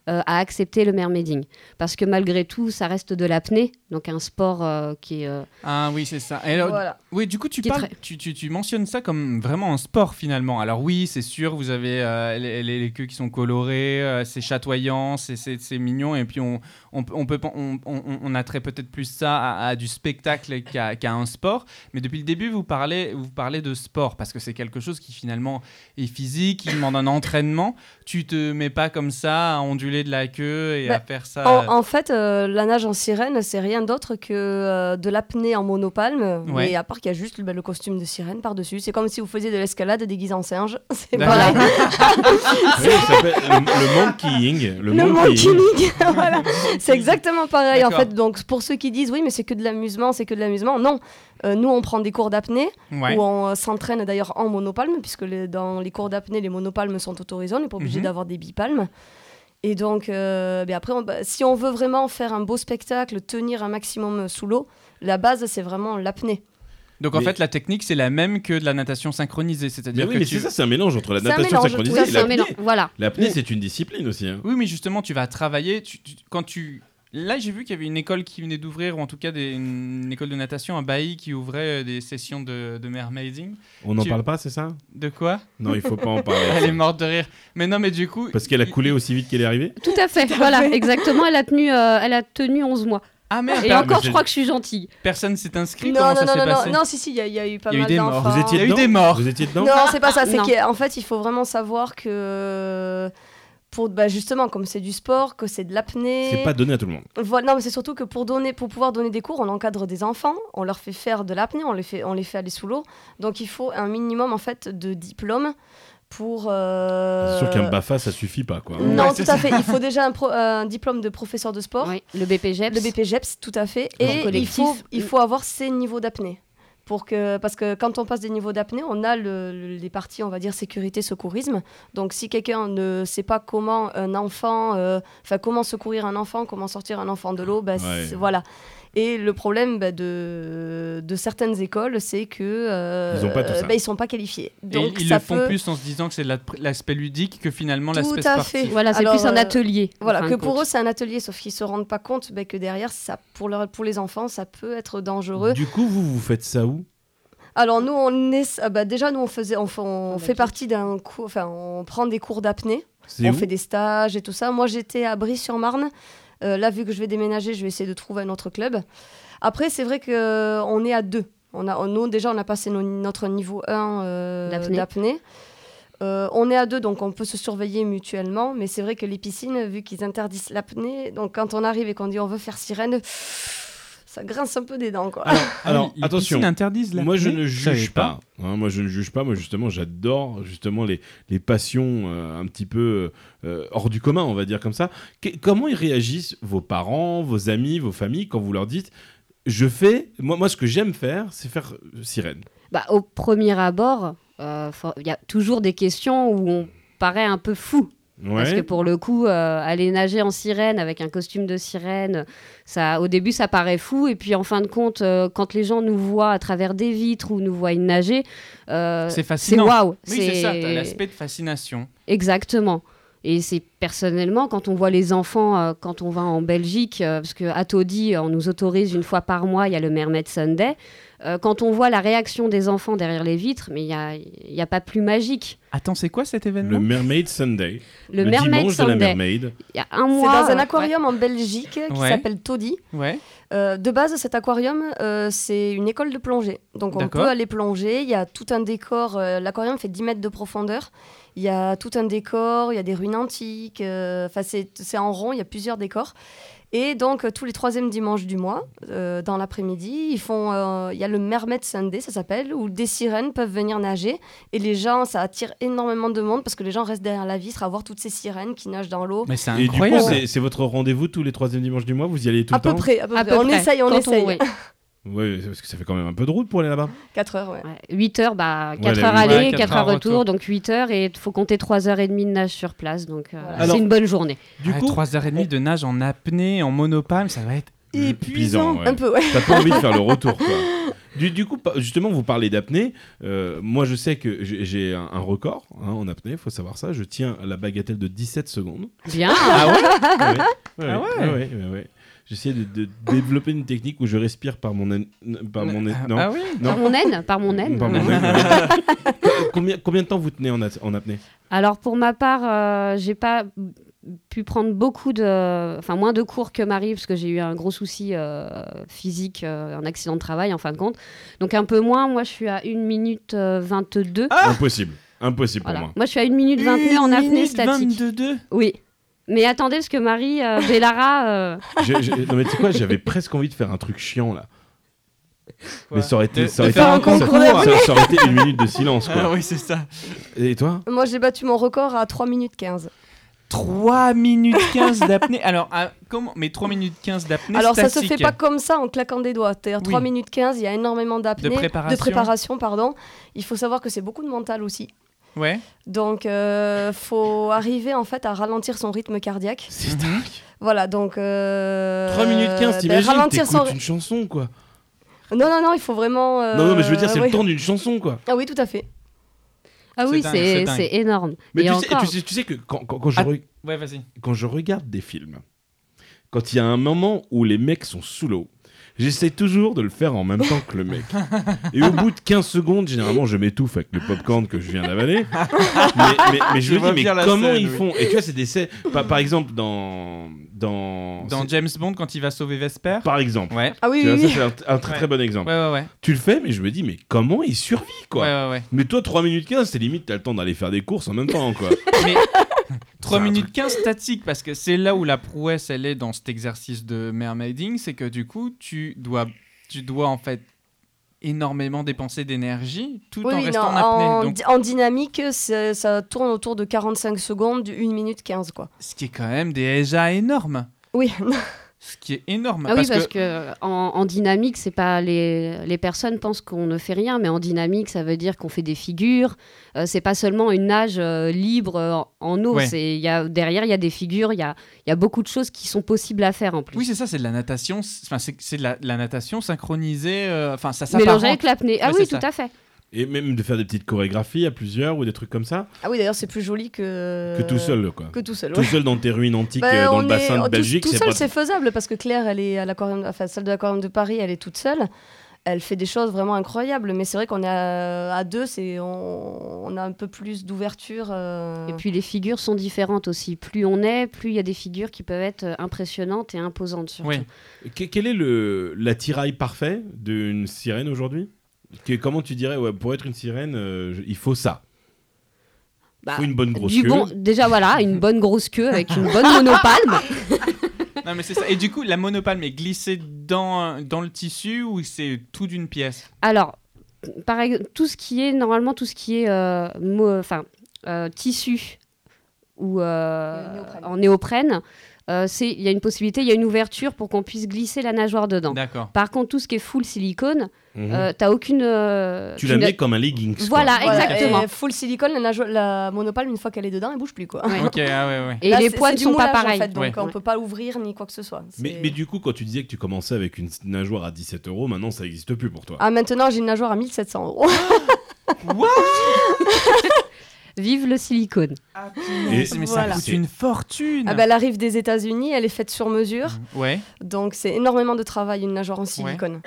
Speaker 1: euh, à accepter le mermaiding. Parce que malgré tout, ça reste de l'apnée, donc un sport euh, qui est... euh,
Speaker 3: Ah oui, c'est ça. Et alors,
Speaker 4: Voilà.
Speaker 3: Oui, du coup, tu,
Speaker 1: Qui est
Speaker 3: parles- tu, tu, tu mentionnes ça comme vraiment un sport finalement. Alors oui, c'est sûr, vous avez euh, les, les- les queues qui sont colorées, euh, c'est chatoyant, c'est- c'est c'est mignon, et puis on, on, peut- on peut, on, on, on attrait peut-être plus ça à, à du spectacle qu'à qu'à un sport. Mais depuis le début, vous parlez, vous parlez de sport, parce que c'est quelque chose qui finalement est physique, qui demande un entraînement. Tu te mets pas comme ça à onduler de la queue et
Speaker 4: Bah,
Speaker 3: à faire ça.
Speaker 4: En, en fait, euh, la nage en sirène, c'est rien d'autre que euh, de l'apnée en monopalme.
Speaker 3: Ouais.
Speaker 4: Mais à part qu'il y a juste bah, le costume de sirène par-dessus. C'est comme si vous faisiez de l'escalade déguisée en singe. C'est
Speaker 3: D'accord.
Speaker 4: pareil.
Speaker 2: Oui, Ah, ça s'appelle le, le monkeying. Le,
Speaker 4: Le
Speaker 2: monkeying.
Speaker 4: monkeying, voilà. C'est exactement pareil en
Speaker 3: D'accord.
Speaker 4: fait. Donc pour ceux qui disent oui mais c'est que de l'amusement, c'est que de l'amusement, non. Euh, nous on prend des cours d'apnée
Speaker 3: Ouais.
Speaker 4: où on euh, s'entraîne d'ailleurs en monopalme puisque les- dans les cours d'apnée les monopalmes sont autorisés, on n'est pas obligé
Speaker 3: Mhm.
Speaker 4: d'avoir des bipalmes. Et donc euh, ben après on- bah, si on veut vraiment faire un beau spectacle, tenir un maximum euh, sous l'eau, la base c'est vraiment l'apnée.
Speaker 3: Donc en
Speaker 2: Mais-
Speaker 3: fait, la technique, c'est la même que de la natation synchronisée.
Speaker 2: Mais
Speaker 3: C'est-à-dire
Speaker 2: oui,
Speaker 3: que
Speaker 2: mais
Speaker 3: tu...
Speaker 2: c'est ça, c'est un mélange entre la
Speaker 4: C'est un
Speaker 2: natation
Speaker 4: mélange,
Speaker 2: synchronisée
Speaker 4: tout à
Speaker 2: et
Speaker 4: fait.
Speaker 1: ça, mais non,
Speaker 2: l'apnée.
Speaker 1: Voilà.
Speaker 2: L'apnée, c'est une discipline aussi. hein.
Speaker 3: Oui, mais justement, tu vas travailler. tu- tu- quand tu... Là, j'ai vu qu'il y avait une école qui venait d'ouvrir, ou en tout cas des- une école de natation à Bailly qui ouvrait euh, des sessions de, de mermaiding.
Speaker 2: On n'en
Speaker 3: Tu-
Speaker 2: parle pas, c'est ça
Speaker 3: De quoi
Speaker 2: Non, il faut pas en
Speaker 3: Elle est
Speaker 2: parler.
Speaker 3: morte de rire. Mais non, mais du coup.
Speaker 2: Parce qu'elle a coulé aussi vite qu'elle est arrivée
Speaker 1: Tout à fait. voilà, exactement. Elle a tenu, euh, elle a tenu 11 mois.
Speaker 3: Ah merde,
Speaker 1: Et
Speaker 3: per-
Speaker 2: mais
Speaker 1: encore,
Speaker 2: c'est-
Speaker 1: je crois que je suis gentille.
Speaker 3: personne s'est inscrit.
Speaker 4: Non
Speaker 3: Comment
Speaker 4: non
Speaker 3: ça
Speaker 4: non
Speaker 3: s'est
Speaker 4: non
Speaker 3: passé
Speaker 4: non non si si il y, a- il y a eu pas
Speaker 3: Il y a eu
Speaker 4: mal
Speaker 3: des
Speaker 4: d'enfants.
Speaker 3: morts.
Speaker 2: Ah, Vous étiez
Speaker 3: Il y a eu
Speaker 2: dedans
Speaker 3: des morts.
Speaker 2: Vous étiez dedans
Speaker 4: Non, c'est pas ça. C'est
Speaker 1: Non.
Speaker 4: qu'en fait, il faut vraiment savoir que pour bah, justement, comme c'est du sport, que c'est de l'apnée.
Speaker 2: C'est pas donné à tout le monde.
Speaker 4: Voilà, non, mais c'est surtout que pour donner, pour pouvoir donner des cours, on encadre des enfants, on leur fait faire de l'apnée, on les fait, on les fait aller sous l'eau. Donc il faut un minimum en fait de diplôme pour. euh,
Speaker 2: C'est sûr qu'un BAFA, ça suffit pas, quoi.
Speaker 4: Non,
Speaker 3: Ouais,
Speaker 4: tout
Speaker 3: c'est
Speaker 4: à fait. Il faut déjà un, pro- un diplôme de professeur de sport,
Speaker 1: Oui, le BPGEPS.
Speaker 4: de BPGEPS, E tout à fait.
Speaker 1: En
Speaker 4: Et il
Speaker 1: collectif.
Speaker 4: faut, il faut avoir ces niveaux d'apnée. Pour que, parce que quand on passe des niveaux d'apnée, on a le- le- les parties, on va dire, sécurité, secourisme. Donc si quelqu'un ne sait pas comment un enfant, euh, enfin comment secourir un enfant, comment sortir un enfant de l'eau, bah,
Speaker 2: Ouais.
Speaker 4: c'est- voilà. Et le problème bah, de, de certaines écoles, c'est que euh,
Speaker 2: Ils ont pas tout ça.
Speaker 4: bah, ils sont pas qualifiés.
Speaker 3: Et
Speaker 4: Donc
Speaker 3: ils
Speaker 4: ça
Speaker 3: le font
Speaker 4: peut-
Speaker 3: plus en se disant que c'est de la- l'aspect ludique que finalement
Speaker 4: Tout
Speaker 3: l'aspect
Speaker 4: à
Speaker 3: sportif.
Speaker 4: fait.
Speaker 1: Voilà, c'est
Speaker 4: Alors,
Speaker 1: plus un
Speaker 4: euh,
Speaker 1: atelier. en
Speaker 4: Voilà,
Speaker 1: fin
Speaker 4: que
Speaker 1: de
Speaker 4: pour
Speaker 1: compte.
Speaker 4: eux c'est un atelier, sauf qu'ils se rendent pas compte bah, que derrière, ça, pour, leur, pour les enfants, ça peut être dangereux.
Speaker 2: Du coup, vous, vous faites ça où
Speaker 4: Alors nous, on est, ah bah, déjà nous on faisait, on, fait- on
Speaker 1: En
Speaker 4: fait
Speaker 1: Belgique.
Speaker 4: partie d'un cours, enfin on prend des cours d'apnée,
Speaker 2: C'est
Speaker 4: on
Speaker 2: où
Speaker 4: fait des stages et tout ça. Moi j'étais à Brie-sur-Marne. Euh, là vu que je vais déménager, je vais essayer de trouver un autre club. Après c'est vrai que euh, on est à deux. On a, on- nous, déjà, on a passé nos- notre niveau 1 euh,
Speaker 1: D'apnée.
Speaker 4: d'apnée. Euh, on est à deux, donc on peut se surveiller mutuellement. Mais c'est vrai que les piscines, vu qu'ils interdisent l'apnée, donc quand on arrive et qu'on dit on veut faire sirène, ça grince un peu des dents, quoi.
Speaker 2: Alors, alors,
Speaker 3: Les
Speaker 2: attention.
Speaker 3: piscines interdisent la
Speaker 2: Moi, je
Speaker 3: clé
Speaker 2: ne
Speaker 3: savais
Speaker 2: juge pas. Hein, moi, je ne juge pas. Moi, justement, j'adore justement les, les passions euh, un petit peu euh, hors du commun, on va dire comme ça. Que- comment ils réagissent vos parents, vos amis, vos familles quand vous leur dites je fais moi moi ce que j'aime faire c'est faire euh, sirène.
Speaker 1: Bah, au premier abord, euh, faut- il y a toujours des questions où on paraît un peu fou. Parce que
Speaker 2: Ouais.
Speaker 1: pour le coup, euh, aller nager en sirène avec un costume de sirène, ça, au début, ça paraît fou. Et puis, en fin de compte, euh, quand les gens nous voient à travers des vitres ou nous voient nager, euh,
Speaker 3: C'est
Speaker 1: c'est
Speaker 3: fascinant.
Speaker 1: waouh.
Speaker 3: Oui, c'est ça, t'as l'aspect de fascination.
Speaker 1: Exactement. Et c'est personnellement, quand on voit les enfants, euh, quand on va en Belgique, euh, parce que à Todi, euh, on nous autorise une fois par mois, il y a le Mermaid Sunday, euh, quand on voit la réaction des enfants derrière les vitres, mais il n'y a, il y a pas plus magique.
Speaker 3: Attends, c'est quoi cet événement
Speaker 2: Le Mermaid Sunday.
Speaker 1: Le, Mermaid
Speaker 2: dimanche de la
Speaker 1: Sunday,
Speaker 2: Mermaid.
Speaker 1: il y a un
Speaker 4: C'est
Speaker 1: mois.
Speaker 4: dans un
Speaker 1: euh,
Speaker 4: aquarium en Belgique qui
Speaker 3: Ouais.
Speaker 4: s'appelle Toddy.
Speaker 3: Ouais.
Speaker 4: Euh, de base, cet aquarium, euh, c'est une école de plongée. Donc on
Speaker 3: D'accord.
Speaker 4: peut aller plonger, il y a tout un décor. euh, L'aquarium fait 10 mètres de profondeur. Il y a tout un décor, il y a des ruines antiques. euh, Enfin, c'est c'est en rond, il y a plusieurs décors. Et donc, euh, tous les troisièmes dimanches du mois, euh, dans l'après-midi, ils font. euh, Il y a le Mermaid Sunday, ça s'appelle, où des sirènes peuvent venir nager. Et les gens, ça attire énormément de monde parce que les gens restent derrière la vitre à voir toutes ces sirènes qui nagent dans l'eau.
Speaker 3: Mais c'est
Speaker 2: Et du coup
Speaker 3: incroyable.
Speaker 2: c'est- c'est votre rendez-vous tous les troisièmes dimanches du mois. Vous y allez tout
Speaker 4: À
Speaker 2: le temps.
Speaker 4: peu près, à peu
Speaker 1: à
Speaker 4: près.
Speaker 1: peu
Speaker 4: on
Speaker 1: près,
Speaker 4: essaye, on
Speaker 1: quand
Speaker 4: essaye.
Speaker 1: ouais.
Speaker 2: Ouais, parce que ça fait quand même un peu de route pour aller là-bas.
Speaker 4: 4 heures, ouais.
Speaker 1: 8 heures, bah, 4
Speaker 2: les-
Speaker 1: heures
Speaker 3: ouais,
Speaker 1: aller,
Speaker 3: quatre
Speaker 1: 4 heures
Speaker 3: heures
Speaker 1: retour,
Speaker 3: retour.
Speaker 1: donc 8 heures, et il faut compter 3 heures et demie de nage sur place, donc euh,
Speaker 4: Voilà.
Speaker 2: Alors-
Speaker 1: c'est une bonne journée.
Speaker 3: Ah,
Speaker 2: Du coup,
Speaker 3: 3h30 de nage en apnée, en monopalme, ça va être épuisant.
Speaker 2: ouais.
Speaker 4: Un peu, ouais.
Speaker 2: T'as pas envie de faire le retour, quoi. Du, du coup, pa- justement, vous parlez d'apnée. Euh, moi, je sais que j'ai j'ai un, un record hein, en apnée, il faut savoir ça. Je tiens la bagatelle de 17 secondes.
Speaker 1: Bien,
Speaker 2: Ah ouais Ouais,
Speaker 3: Ah ouais
Speaker 2: ouais, ouais, ouais. J'essayais de, de développer une technique où je respire par mon... an- Par mon an-
Speaker 3: Ah,
Speaker 2: non.
Speaker 3: Ah oui
Speaker 1: par mon aine, par mon aine.
Speaker 2: Par mon aine, ouais. Co- combien, combien de temps vous tenez en, at- en apnée
Speaker 1: Alors pour ma part, euh, j'ai pas pu prendre beaucoup de, enfin moins de cours que Marie parce que j'ai eu un gros souci euh, physique, euh, un accident de travail en fin de compte. Donc un peu moins. Moi je suis à 1 minute euh, 22.
Speaker 3: Ah
Speaker 2: Impossible. Impossible
Speaker 1: Voilà.
Speaker 2: pour moi.
Speaker 1: Moi je suis à 1 minute 22 en
Speaker 3: Une
Speaker 1: apnée
Speaker 3: minute
Speaker 1: statique.
Speaker 3: 22.
Speaker 1: Oui. Mais attendez parce que Marie euh, Bellara, euh,
Speaker 2: J'ai- j'ai- non, mais tu sais quoi, j'avais presque envie de faire un truc chiant, là. Mais ça aurait été...
Speaker 3: De-
Speaker 2: ça
Speaker 3: de
Speaker 2: aurait
Speaker 3: faire
Speaker 2: été-
Speaker 3: un
Speaker 2: ça-
Speaker 4: concours
Speaker 2: ça- ça aurait été une minute de silence,
Speaker 3: Ah
Speaker 2: quoi.
Speaker 3: oui, c'est ça.
Speaker 2: Et toi
Speaker 4: Moi, j'ai battu mon record à 3 minutes 15.
Speaker 3: 3 minutes 15 d'apnée. Alors, ah, comment Mais 3 minutes 15 d'apnée
Speaker 4: Alors, ça se
Speaker 3: statique.
Speaker 4: fait pas comme ça en claquant des doigts. C'est-à-dire
Speaker 3: Oui.
Speaker 4: 3 minutes 15, il y a énormément d'apnée,
Speaker 3: De préparation.
Speaker 4: préparation, pardon. Il faut savoir que c'est beaucoup de mental aussi.
Speaker 3: Ouais.
Speaker 4: Donc, euh, faut arriver en fait à ralentir son rythme cardiaque.
Speaker 2: C'est
Speaker 3: Mhm.
Speaker 4: Voilà, donc. euh,
Speaker 2: 3 minutes 15,
Speaker 4: ben,
Speaker 2: t'imagines
Speaker 4: ralentir
Speaker 2: T'écoutes
Speaker 4: son...
Speaker 2: une chanson, quoi.
Speaker 4: Non, non, non, il faut vraiment. euh,
Speaker 2: non, non, mais je veux dire, c'est
Speaker 4: oui.
Speaker 2: le temps d'une chanson, quoi.
Speaker 4: Ah oui, tout à fait.
Speaker 1: ah
Speaker 3: C'est
Speaker 1: oui
Speaker 3: dingue,
Speaker 1: c'est
Speaker 3: c'est dingue.
Speaker 1: c'est énorme.
Speaker 2: Mais
Speaker 1: Et
Speaker 2: tu sais,
Speaker 1: encore,
Speaker 2: tu, sais, tu sais que quand, quand, quand je
Speaker 3: Ah.
Speaker 2: re-
Speaker 3: Ouais, vas-y.
Speaker 2: quand je regarde des films, quand il y a un moment où les mecs sont sous l'eau, j'essaie toujours de le faire en même temps que le mec. Et au bout de 15 secondes, généralement, je m'étouffe avec le popcorn que je viens d'avaler. mais, mais- mais je
Speaker 3: Je
Speaker 2: me
Speaker 3: vois
Speaker 2: dis,
Speaker 3: bien
Speaker 2: mais
Speaker 3: la
Speaker 2: comment
Speaker 3: scène,
Speaker 2: ils
Speaker 3: oui.
Speaker 2: font Et tu vois, c'est des scènes. Par, par exemple, dans. Dans.
Speaker 3: Dans
Speaker 2: c'est- Bah.
Speaker 3: James Bond quand il va sauver Vesper.
Speaker 2: Par exemple.
Speaker 3: Ouais.
Speaker 4: Ah oui,
Speaker 2: Tu
Speaker 4: oui,
Speaker 2: vois, ça,
Speaker 4: oui.
Speaker 2: c'est un, un très très bon exemple.
Speaker 3: Ouais, ouais, ouais.
Speaker 2: Tu le fais, mais je me dis, mais comment il survit, quoi
Speaker 3: Ouais, ouais, ouais.
Speaker 2: Mais toi, 3 minutes 15, c'est limite, t'as le temps d'aller faire des courses en même temps, quoi.
Speaker 3: Mais 3
Speaker 2: un
Speaker 3: minutes 15 statique, parce que c'est là où la prouesse, elle est dans cet exercice de mermaiding, c'est que du coup, tu dois, tu dois en fait énormément dépenser d'énergie tout
Speaker 4: Oui,
Speaker 3: en
Speaker 4: oui,
Speaker 3: restant
Speaker 4: non,
Speaker 3: en apnée.
Speaker 4: en,
Speaker 3: Donc,
Speaker 4: en dynamique, c'est- ça tourne autour de 45 secondes, 1 minute 15, quoi.
Speaker 3: ce qui est quand même déjà énorme.
Speaker 4: Oui,
Speaker 3: Ce qui est énorme.
Speaker 1: Ah oui,
Speaker 3: parce
Speaker 1: parce
Speaker 3: que...
Speaker 1: que, en, en dynamique, c'est pas les, les personnes pensent qu'on ne fait rien, mais en dynamique, ça veut dire qu'on fait des figures. Euh, c'est pas seulement une nage euh, libre euh, en, en eau.
Speaker 3: Ouais.
Speaker 1: C'est il y a, derrière, il y a des figures, il y a, il y a beaucoup de choses qui sont possibles à faire en plus.
Speaker 3: Oui, c'est ça, c'est de la natation. c'est- Enfin, c'est c'est de la, la natation synchronisée. euh, Enfin, ça s'apparente.
Speaker 1: Mélangé avec l'apnée. Ah
Speaker 3: Ouais,
Speaker 1: oui,
Speaker 3: c'est
Speaker 1: tout
Speaker 3: ça.
Speaker 1: à fait.
Speaker 2: Et même de faire des petites chorégraphies à plusieurs ou des trucs comme ça,
Speaker 4: Ah oui, d'ailleurs, c'est plus joli que.
Speaker 2: que tout seul, quoi.
Speaker 4: Que tout seul,
Speaker 2: Tout
Speaker 4: Euh, ouais.
Speaker 2: seul dans tes ruines antiques,
Speaker 4: Bah,
Speaker 2: euh, dans
Speaker 4: on
Speaker 2: le
Speaker 4: est-
Speaker 2: bassin
Speaker 4: tout-
Speaker 2: de Belgique,
Speaker 4: tout,
Speaker 2: c'est
Speaker 4: seul,
Speaker 2: pas...
Speaker 4: c'est faisable parce que Claire, elle est à l'aquarium, enfin, salle de l'aquarium de Paris, elle est toute seule. Elle fait des choses vraiment incroyables, mais c'est vrai qu'on est à, à deux, c'est on, on a un peu plus d'ouverture. euh.
Speaker 2: Mm.
Speaker 1: Et puis les figures sont différentes aussi. Plus on est, plus il y a des figures qui peuvent être euh, impressionnantes et imposantes surtout.
Speaker 3: Oui.
Speaker 2: Que- Quel est le l'attirail parfait d'une sirène aujourd'hui Que- comment tu dirais, ouais, pour être une sirène, euh, je- il faut ça. Il
Speaker 1: Bah,
Speaker 2: faut une bonne grosse
Speaker 1: du
Speaker 2: queue.
Speaker 1: bon, déjà voilà, une bonne grosse queue avec une bonne monopalme.
Speaker 3: Non, mais c'est ça. Et du coup, la monopalme est glissée dans, dans le tissu ou c'est tout d'une pièce
Speaker 1: Alors, par ex- tout ce qui est normalement tout ce qui est euh, mo- enfin euh, tissu ou euh,
Speaker 4: Euh, néoprène.
Speaker 1: en néoprène, euh, c'est il y a une possibilité, il y a une ouverture pour qu'on puisse glisser la nageoire dedans.
Speaker 3: D'accord.
Speaker 1: Par contre, tout ce qui est full silicone,
Speaker 2: Mhm.
Speaker 1: euh, t'as aucune. euh,
Speaker 2: tu la mets comme un leggings. quoi.
Speaker 1: Voilà,
Speaker 4: Voilà,
Speaker 1: exactement.
Speaker 4: et full silicone, la, nageoire- la monopalme, une fois qu'elle est dedans, elle bouge plus quoi.
Speaker 1: Ouais.
Speaker 3: Ok, ah ouais, ouais.
Speaker 1: Et
Speaker 4: Là,
Speaker 1: les
Speaker 4: c'est-
Speaker 1: poils
Speaker 4: c'est
Speaker 1: ne
Speaker 4: du
Speaker 1: sont pas
Speaker 4: moulage, en
Speaker 1: pareils.
Speaker 4: fait, donc
Speaker 1: Ouais.
Speaker 4: on peut pas l'ouvrir ni quoi que ce soit.
Speaker 2: Mais,
Speaker 4: C'est-
Speaker 2: mais du coup, quand tu disais que tu commençais avec une nageoire à 17 euros, maintenant ça n'existe plus pour toi.
Speaker 4: Ah, maintenant j'ai une nageoire à 1700 euros.
Speaker 2: Ah.
Speaker 1: Vive le silicone.
Speaker 3: Mais,
Speaker 2: Et-
Speaker 3: mais
Speaker 4: Voilà.
Speaker 3: ça coûte une fortune.
Speaker 4: Ah bah, elle arrive des États-Unis, elle est faite sur mesure,
Speaker 2: Mm.
Speaker 3: Mm. Ouais.
Speaker 4: donc c'est énormément de travail une nageoire en silicone.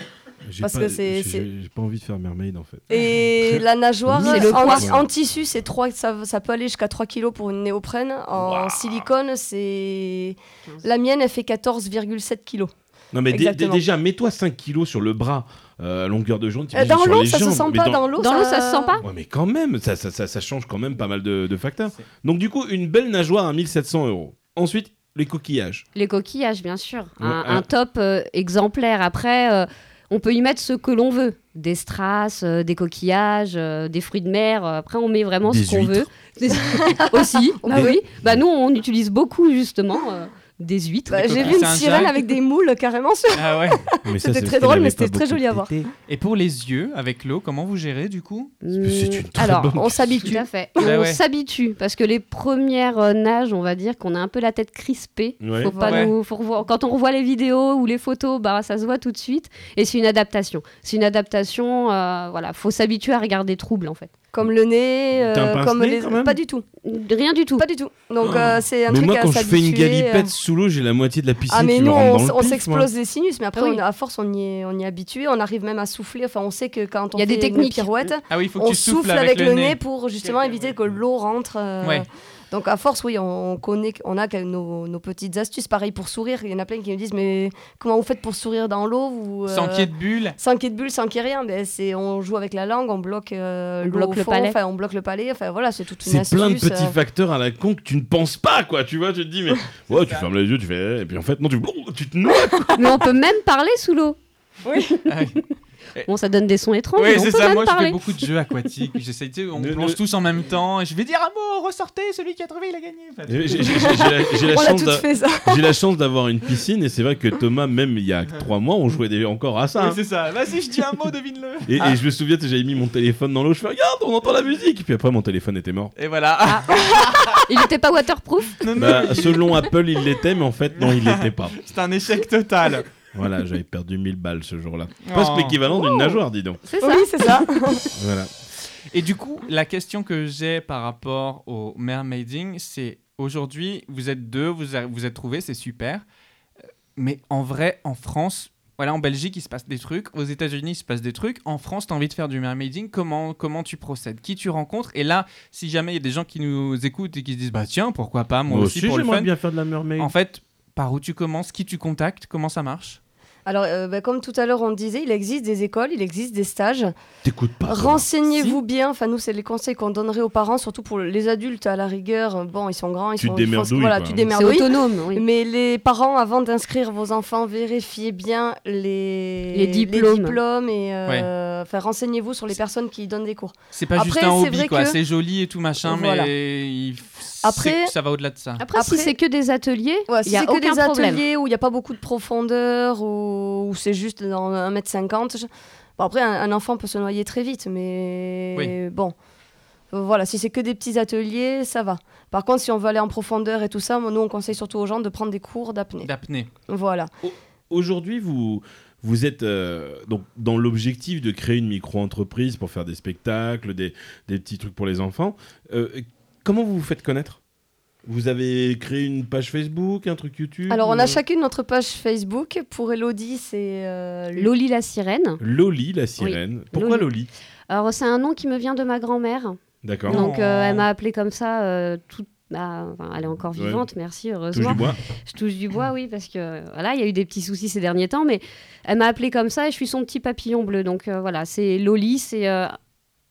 Speaker 2: J'ai
Speaker 4: Parce
Speaker 2: pas-
Speaker 4: que c'est-
Speaker 2: j'ai-
Speaker 4: c'est-
Speaker 2: J'ai j'ai pas envie de faire mermaid en fait.
Speaker 4: Et la nageoire
Speaker 1: C'est le
Speaker 4: en,
Speaker 1: poids.
Speaker 4: en tissu, c'est trois, ça, ça peut aller jusqu'à 3 kilos pour une néoprène. En
Speaker 2: Waouh.
Speaker 4: silicone, c'est
Speaker 1: Quinze.
Speaker 4: la mienne, elle fait 14,7 kilos.
Speaker 2: Non mais dé- dé-
Speaker 4: Exactement.
Speaker 2: déjà, mets-toi 5 kilos sur le bras euh, à longueur de journée.
Speaker 4: Euh, dans l'eau, ça Bah,
Speaker 2: jambes,
Speaker 4: se sent
Speaker 2: mais
Speaker 4: pas. Dans l'eau,
Speaker 1: Dans l'eau, ça se sent pas
Speaker 2: Ouais, mais quand même, ça, ça, ça, ça change quand même pas mal de, de facteurs. Donc du coup, une belle nageoire à 1700 euros. Ensuite, les coquillages.
Speaker 1: Les coquillages, bien sûr. un,
Speaker 2: Ouais,
Speaker 1: un
Speaker 2: euh.
Speaker 1: top euh, exemplaire. Après, euh, on peut y mettre ce que l'on veut. Des strass, euh, des coquillages, euh, des fruits de mer. Euh, Après, on met vraiment
Speaker 2: Des
Speaker 1: ce qu'on
Speaker 2: huîtres.
Speaker 1: veut. Des- Aussi, bah
Speaker 4: Des-
Speaker 1: oui. Bah nous, on utilise beaucoup justement euh, des huîtres.
Speaker 4: Bah,
Speaker 3: Des
Speaker 4: J'ai
Speaker 3: coquilles.
Speaker 4: vu une
Speaker 3: C'est un
Speaker 4: sirène
Speaker 3: jack.
Speaker 4: avec des moules euh, carrément sur.
Speaker 3: Ah ouais.
Speaker 2: Mais ça,
Speaker 4: C'était très
Speaker 2: c'est parce qu'il
Speaker 4: drôle,
Speaker 2: avait
Speaker 4: mais
Speaker 2: pas
Speaker 4: c'était très
Speaker 2: beaucoup
Speaker 4: joli à voir.
Speaker 2: d'été.
Speaker 3: Et pour les yeux, avec l'eau, comment vous gérez du coup
Speaker 2: c'est une
Speaker 1: Hmm,
Speaker 2: très
Speaker 1: Alors,
Speaker 2: bonne
Speaker 1: on s'habitue. Tout à fait.
Speaker 3: Bah
Speaker 1: on
Speaker 3: ouais.
Speaker 1: s'habitue parce que les premières euh, nages, on va dire qu'on a un peu la tête crispée.
Speaker 2: Ouais.
Speaker 1: Faut pas
Speaker 3: Ouais.
Speaker 1: nous- faut revoir- Quand on revoit les vidéos ou les photos, bah, ça se voit tout de suite. Et c'est une adaptation. C'est une adaptation. euh, voilà, faut s'habituer à regarder trouble en fait.
Speaker 4: Comme le nez, euh,
Speaker 2: T'as un
Speaker 4: comme
Speaker 2: pince-nez,
Speaker 4: les.
Speaker 2: quand même Oh.
Speaker 4: pas du tout.
Speaker 1: Rien du tout.
Speaker 4: Pas du tout. Donc euh, c'est un
Speaker 2: Mais
Speaker 4: truc
Speaker 2: moi,
Speaker 4: à
Speaker 2: quand je fais une
Speaker 4: s'habituer,
Speaker 2: galipette
Speaker 4: euh.
Speaker 2: sous l'eau, j'ai la moitié de la piscine
Speaker 4: Ah mais
Speaker 2: qui me
Speaker 4: nous
Speaker 2: rentre
Speaker 4: on,
Speaker 2: dans
Speaker 4: s-
Speaker 2: le
Speaker 4: on
Speaker 2: pif, moi.
Speaker 4: s'explose les sinus mais après
Speaker 1: Ah Oui.
Speaker 4: on- à force on y est on y est habitué on arrive même à souffler enfin on sait que quand on
Speaker 1: Il y a
Speaker 4: fait
Speaker 1: des
Speaker 4: une
Speaker 1: techniques.
Speaker 4: pirouette
Speaker 3: Ah oui, il faut que
Speaker 4: on
Speaker 3: tu souffles
Speaker 4: souffle avec, le nez,
Speaker 3: nez.
Speaker 4: pour justement
Speaker 3: Quelqu'un,
Speaker 4: éviter
Speaker 3: ouais.
Speaker 4: que l'eau rentre. euh,
Speaker 3: Ouais.
Speaker 4: Donc à force, oui, on connaît, on a quand même nos, nos petites astuces. Pareil pour sourire, il y en a plein qui me disent mais comment vous faites pour sourire dans l'eau vous,
Speaker 3: Sans
Speaker 4: euh,
Speaker 3: pied de bulle.
Speaker 4: sans qu'il y ait de bulle, sans qu'il y ait rien. Ben, c'est, on joue avec la langue, on bloque, euh,
Speaker 1: On
Speaker 4: l'eau
Speaker 1: bloque
Speaker 4: au
Speaker 1: le
Speaker 4: fond,
Speaker 1: palais.
Speaker 4: enfin, on bloque le palais. Enfin voilà, c'est toute une
Speaker 2: C'est
Speaker 4: astuce.
Speaker 2: plein de petits
Speaker 4: euh.
Speaker 2: facteurs à la con que tu ne penses pas, quoi. Tu vois, tu te dis, mais ouais, tu fermes les yeux, tu fais, eh, et puis en fait, non, tu, tu te noies.
Speaker 1: Mais on peut même parler sous l'eau.
Speaker 3: Ah oui.
Speaker 1: Bon, ça donne des sons étranges.
Speaker 3: Oui,
Speaker 1: mais on
Speaker 3: c'est
Speaker 1: peut
Speaker 3: ça.
Speaker 1: même
Speaker 3: Moi, je
Speaker 1: parler.
Speaker 3: fais beaucoup de jeux aquatiques. J'essaie, tu sais, on
Speaker 2: Le-
Speaker 3: plonge
Speaker 2: le-
Speaker 3: tous en même temps. Et je vais dire un mot, ressortez, celui qui a trouvé, il a gagné. Enfin,
Speaker 2: J'ai j'ai- j'ai- j'ai la, j'ai la
Speaker 4: On a
Speaker 2: chance
Speaker 4: tout
Speaker 2: d'a-
Speaker 4: fait ça.
Speaker 2: j'ai la chance d'avoir une piscine, et c'est vrai que Thomas, même il y a trois mois, on jouait déjà encore à ça. hein.
Speaker 3: C'est ça. Vas-y, je dis un mot, devine-le.
Speaker 2: Et, et
Speaker 3: Ah.
Speaker 2: je me souviens, tu sais, j'avais mis mon téléphone dans l'eau, je fais, regarde, on entend la musique. Et puis après, mon téléphone était mort.
Speaker 3: Et voilà.
Speaker 1: Il n'était pas waterproof.
Speaker 3: Non, non,
Speaker 2: Bah, selon Apple, il l'était, mais en fait, non, il l'était pas.
Speaker 3: C'est un échec total.
Speaker 2: Voilà, j'avais perdu 1000 balles ce jour-là.
Speaker 3: Oh.
Speaker 2: Presque l'équivalent d'une nageoire, dis donc.
Speaker 1: C'est ça.
Speaker 4: Oui, c'est ça.
Speaker 2: Voilà.
Speaker 3: Et du coup, la question que j'ai par rapport au mermaiding, c'est aujourd'hui, vous êtes deux, vous a- vous êtes trouvés, c'est super. Euh, Mais en vrai, en France, voilà, en Belgique, il se passe des trucs, aux États-Unis, il se passe des trucs. En France, tu as envie de faire du mermaiding, comment, comment tu procèdes Qui tu rencontres Et là, si jamais il y a des gens qui nous écoutent et qui se disent, bah tiens, pourquoi pas, moi, aussi, pour le fun. Oh.
Speaker 2: bien faire de la mermaid.
Speaker 3: En fait, par où tu commences, qui tu contactes, comment ça marche
Speaker 4: Alors, euh, bah, comme tout à l'heure on disait, il existe des écoles, il existe des stages.
Speaker 2: T'écoutes pas. Thomas.
Speaker 4: Renseignez-vous bien. Enfin, nous, c'est les conseils qu'on donnerait aux parents, surtout pour les adultes à la rigueur. Bon, ils sont grands, ils
Speaker 2: Tu
Speaker 4: sont.
Speaker 2: te
Speaker 4: ils font ce-
Speaker 2: démerdouilles,
Speaker 4: Voilà,
Speaker 2: quoi.
Speaker 4: tu
Speaker 2: C'est
Speaker 1: C'est
Speaker 4: démerdouilles.
Speaker 1: autonome. oui.
Speaker 4: Mais les parents, avant d'inscrire vos enfants, vérifiez bien les,
Speaker 1: Les diplômes.
Speaker 4: diplômes et euh, enfin, renseignez-vous sur les personnes qui donnent des cours.
Speaker 3: C'est pas
Speaker 4: Après,
Speaker 3: juste un
Speaker 4: c'est
Speaker 3: hobby,
Speaker 4: vrai
Speaker 3: quoi.
Speaker 4: que-
Speaker 3: C'est joli et tout machin,
Speaker 4: Voilà.
Speaker 3: mais il-
Speaker 4: Après-
Speaker 3: c'est- ça va au-delà de ça.
Speaker 1: Après, si
Speaker 4: Après-
Speaker 1: c'est que des ateliers, il
Speaker 4: Ouais,
Speaker 1: n'y
Speaker 4: si
Speaker 1: a
Speaker 4: c'est que
Speaker 1: aucun
Speaker 4: des
Speaker 1: problème.
Speaker 4: ateliers où il n'y a pas beaucoup de profondeur ou, ou c'est juste dans 1m50. je- Bon, après, un, un enfant peut se noyer très vite, mais
Speaker 3: Oui.
Speaker 4: bon. Euh, Voilà, si c'est que des petits ateliers, ça va. Par contre, si on veut aller en profondeur et tout ça, moi, nous, on conseille surtout aux gens de prendre des cours d'apnée.
Speaker 3: D'apnée.
Speaker 4: Voilà.
Speaker 2: Mmh. Aujourd'hui, vous, vous êtes euh, donc dans l'objectif de créer une micro-entreprise pour faire des spectacles, des, des petits trucs pour les enfants. Euh, comment vous vous faites connaître Vous avez créé une page Facebook, un truc YouTube
Speaker 4: Alors, on a
Speaker 2: euh,
Speaker 4: chacune notre page Facebook. Pour Elodie, c'est euh,
Speaker 1: Loli la sirène.
Speaker 2: Loli, la sirène. Pourquoi Loli,
Speaker 1: Alors, c'est un nom qui me vient de ma grand-mère.
Speaker 2: D'accord.
Speaker 3: Non.
Speaker 1: Donc, euh, elle m'a appelée comme ça euh, tout- Bah, enfin, elle est encore
Speaker 2: Ouais.
Speaker 1: vivante, merci,
Speaker 2: Touche
Speaker 1: heureusement.
Speaker 2: du bois.
Speaker 1: Je touche du
Speaker 2: Mm.
Speaker 1: bois, oui, parce que voilà, il y a eu des petits soucis ces derniers temps, mais elle m'a appelé comme ça et je suis son petit papillon bleu. Donc euh, voilà, c'est Loli, c'est euh,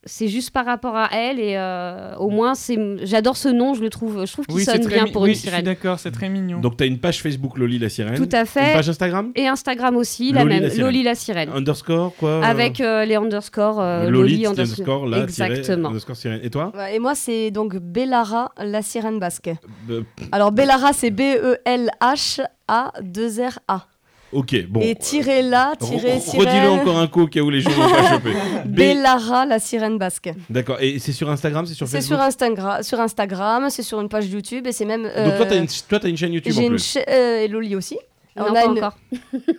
Speaker 1: c'est juste par rapport à elle et euh,
Speaker 2: Mm.
Speaker 1: au moins c'est j'adore ce nom, je le trouve, je trouve qu'il
Speaker 3: Oui, c'est
Speaker 1: sonne
Speaker 3: très
Speaker 1: bien
Speaker 3: mi-
Speaker 1: pour
Speaker 3: oui,
Speaker 1: une
Speaker 3: je suis
Speaker 1: sirène.
Speaker 3: d'accord, c'est très mignon.
Speaker 2: Donc t'as une page Facebook Loli la sirène.
Speaker 1: Tout à
Speaker 2: Une
Speaker 1: fait.
Speaker 2: page Instagram
Speaker 1: Et Instagram aussi, la
Speaker 2: Loli la
Speaker 1: même,
Speaker 2: sirène.
Speaker 1: Loli la sirène,
Speaker 2: Underscore quoi euh,
Speaker 1: avec euh, les underscores euh,
Speaker 2: Loli,
Speaker 1: Loli
Speaker 2: petit
Speaker 1: underscore.
Speaker 2: underscore là, tiré, euh,
Speaker 1: Exactement.
Speaker 2: underscore sirène. Et toi
Speaker 4: Ouais, Et moi, c'est donc Bellara, la sirène basque.
Speaker 2: Euh,
Speaker 4: Alors, Bellara, c'est E B-E-L-H-A-2-R-A.
Speaker 2: Ok, bon.
Speaker 4: Et tirer là,
Speaker 2: Re-
Speaker 4: tirer
Speaker 2: re- Redis-le
Speaker 4: sirène.
Speaker 2: encore un coup au cas où les gens vont pas choper. B.
Speaker 4: Bellara, la sirène basque.
Speaker 2: D'accord. Et c'est sur Instagram, c'est sur
Speaker 4: C'est
Speaker 2: Facebook.
Speaker 4: sur, Instagram, sur Instagram, c'est sur une page YouTube et c'est même.
Speaker 2: Donc toi
Speaker 4: euh,
Speaker 2: t'as une, toi, t'as une chaîne YouTube
Speaker 4: J'ai
Speaker 2: en
Speaker 4: une
Speaker 2: plus.
Speaker 4: chaîne. euh, et Loli aussi.
Speaker 1: Non,
Speaker 4: On a
Speaker 1: pas
Speaker 4: une-
Speaker 1: encore.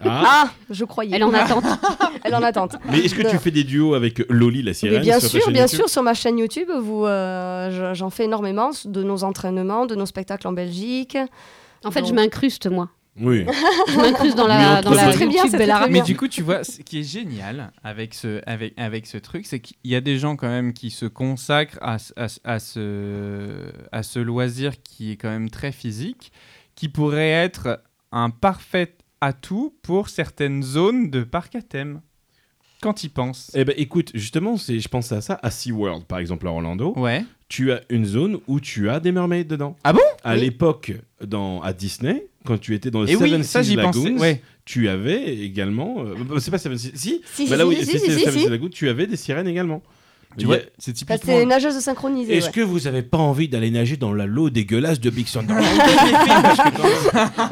Speaker 2: Ah.
Speaker 4: Ah, je croyais.
Speaker 1: Elle est en attente.
Speaker 4: Elle en attente.
Speaker 2: Mais est-ce que tu
Speaker 4: Non.
Speaker 2: fais des duos avec Loli la
Speaker 4: Mais
Speaker 2: sirène
Speaker 4: bien
Speaker 2: sur ta
Speaker 4: sûr,
Speaker 2: chaîne
Speaker 4: bien
Speaker 2: YouTube
Speaker 4: sûr, sur ma chaîne YouTube, vous, euh, je- j'en fais énormément de nos entraînements, de nos spectacles en Belgique.
Speaker 1: En fait,
Speaker 4: Non.
Speaker 1: je m'incruste moi.
Speaker 2: Oui.
Speaker 1: Je m'incruste dans
Speaker 2: Mais
Speaker 1: la
Speaker 2: entre
Speaker 1: dans la
Speaker 2: deux-
Speaker 4: Très bien,
Speaker 1: YouTube
Speaker 4: c'est
Speaker 1: Bellara.
Speaker 4: très, très
Speaker 3: Mais
Speaker 4: bien.
Speaker 3: du coup, tu vois, ce qui est génial avec ce, avec, avec ce truc, c'est qu'il y a des gens quand même qui se consacrent à, ce- à ce- à ce, à ce loisir qui est quand même très physique, qui pourrait être un parfait atout pour certaines zones de parc à thème, quand ils pensent.
Speaker 2: Eh ben écoute, justement, c'est, je pense à ça, à SeaWorld par exemple à Orlando.
Speaker 3: Ouais.
Speaker 2: tu as une zone où tu as des mermaids dedans.
Speaker 3: Ah bon
Speaker 2: À
Speaker 4: Oui.
Speaker 2: l'époque, dans à Disney, quand tu étais dans le
Speaker 3: Et
Speaker 2: Seven
Speaker 3: Eh oui, ça
Speaker 2: Seas
Speaker 3: j'y pensais.
Speaker 2: Lagoon,
Speaker 3: Ouais.
Speaker 2: tu avais également. euh, bah, c'est pas Seven Seas. Si,
Speaker 4: Si,
Speaker 2: bah là oui, c'est- c'est
Speaker 4: si,
Speaker 2: Seven
Speaker 4: si.
Speaker 2: Seas Lagoon, tu avais des sirènes également.
Speaker 3: Tu
Speaker 2: Il y
Speaker 3: vois,
Speaker 2: a-
Speaker 3: c'est
Speaker 4: Parce que C'est
Speaker 3: typiquement.
Speaker 4: nageuse synchronisée.
Speaker 2: Est-ce
Speaker 4: ouais.
Speaker 2: que vous avez pas envie d'aller nager dans la l'eau dégueulasse de Big Thunder
Speaker 1: Alors,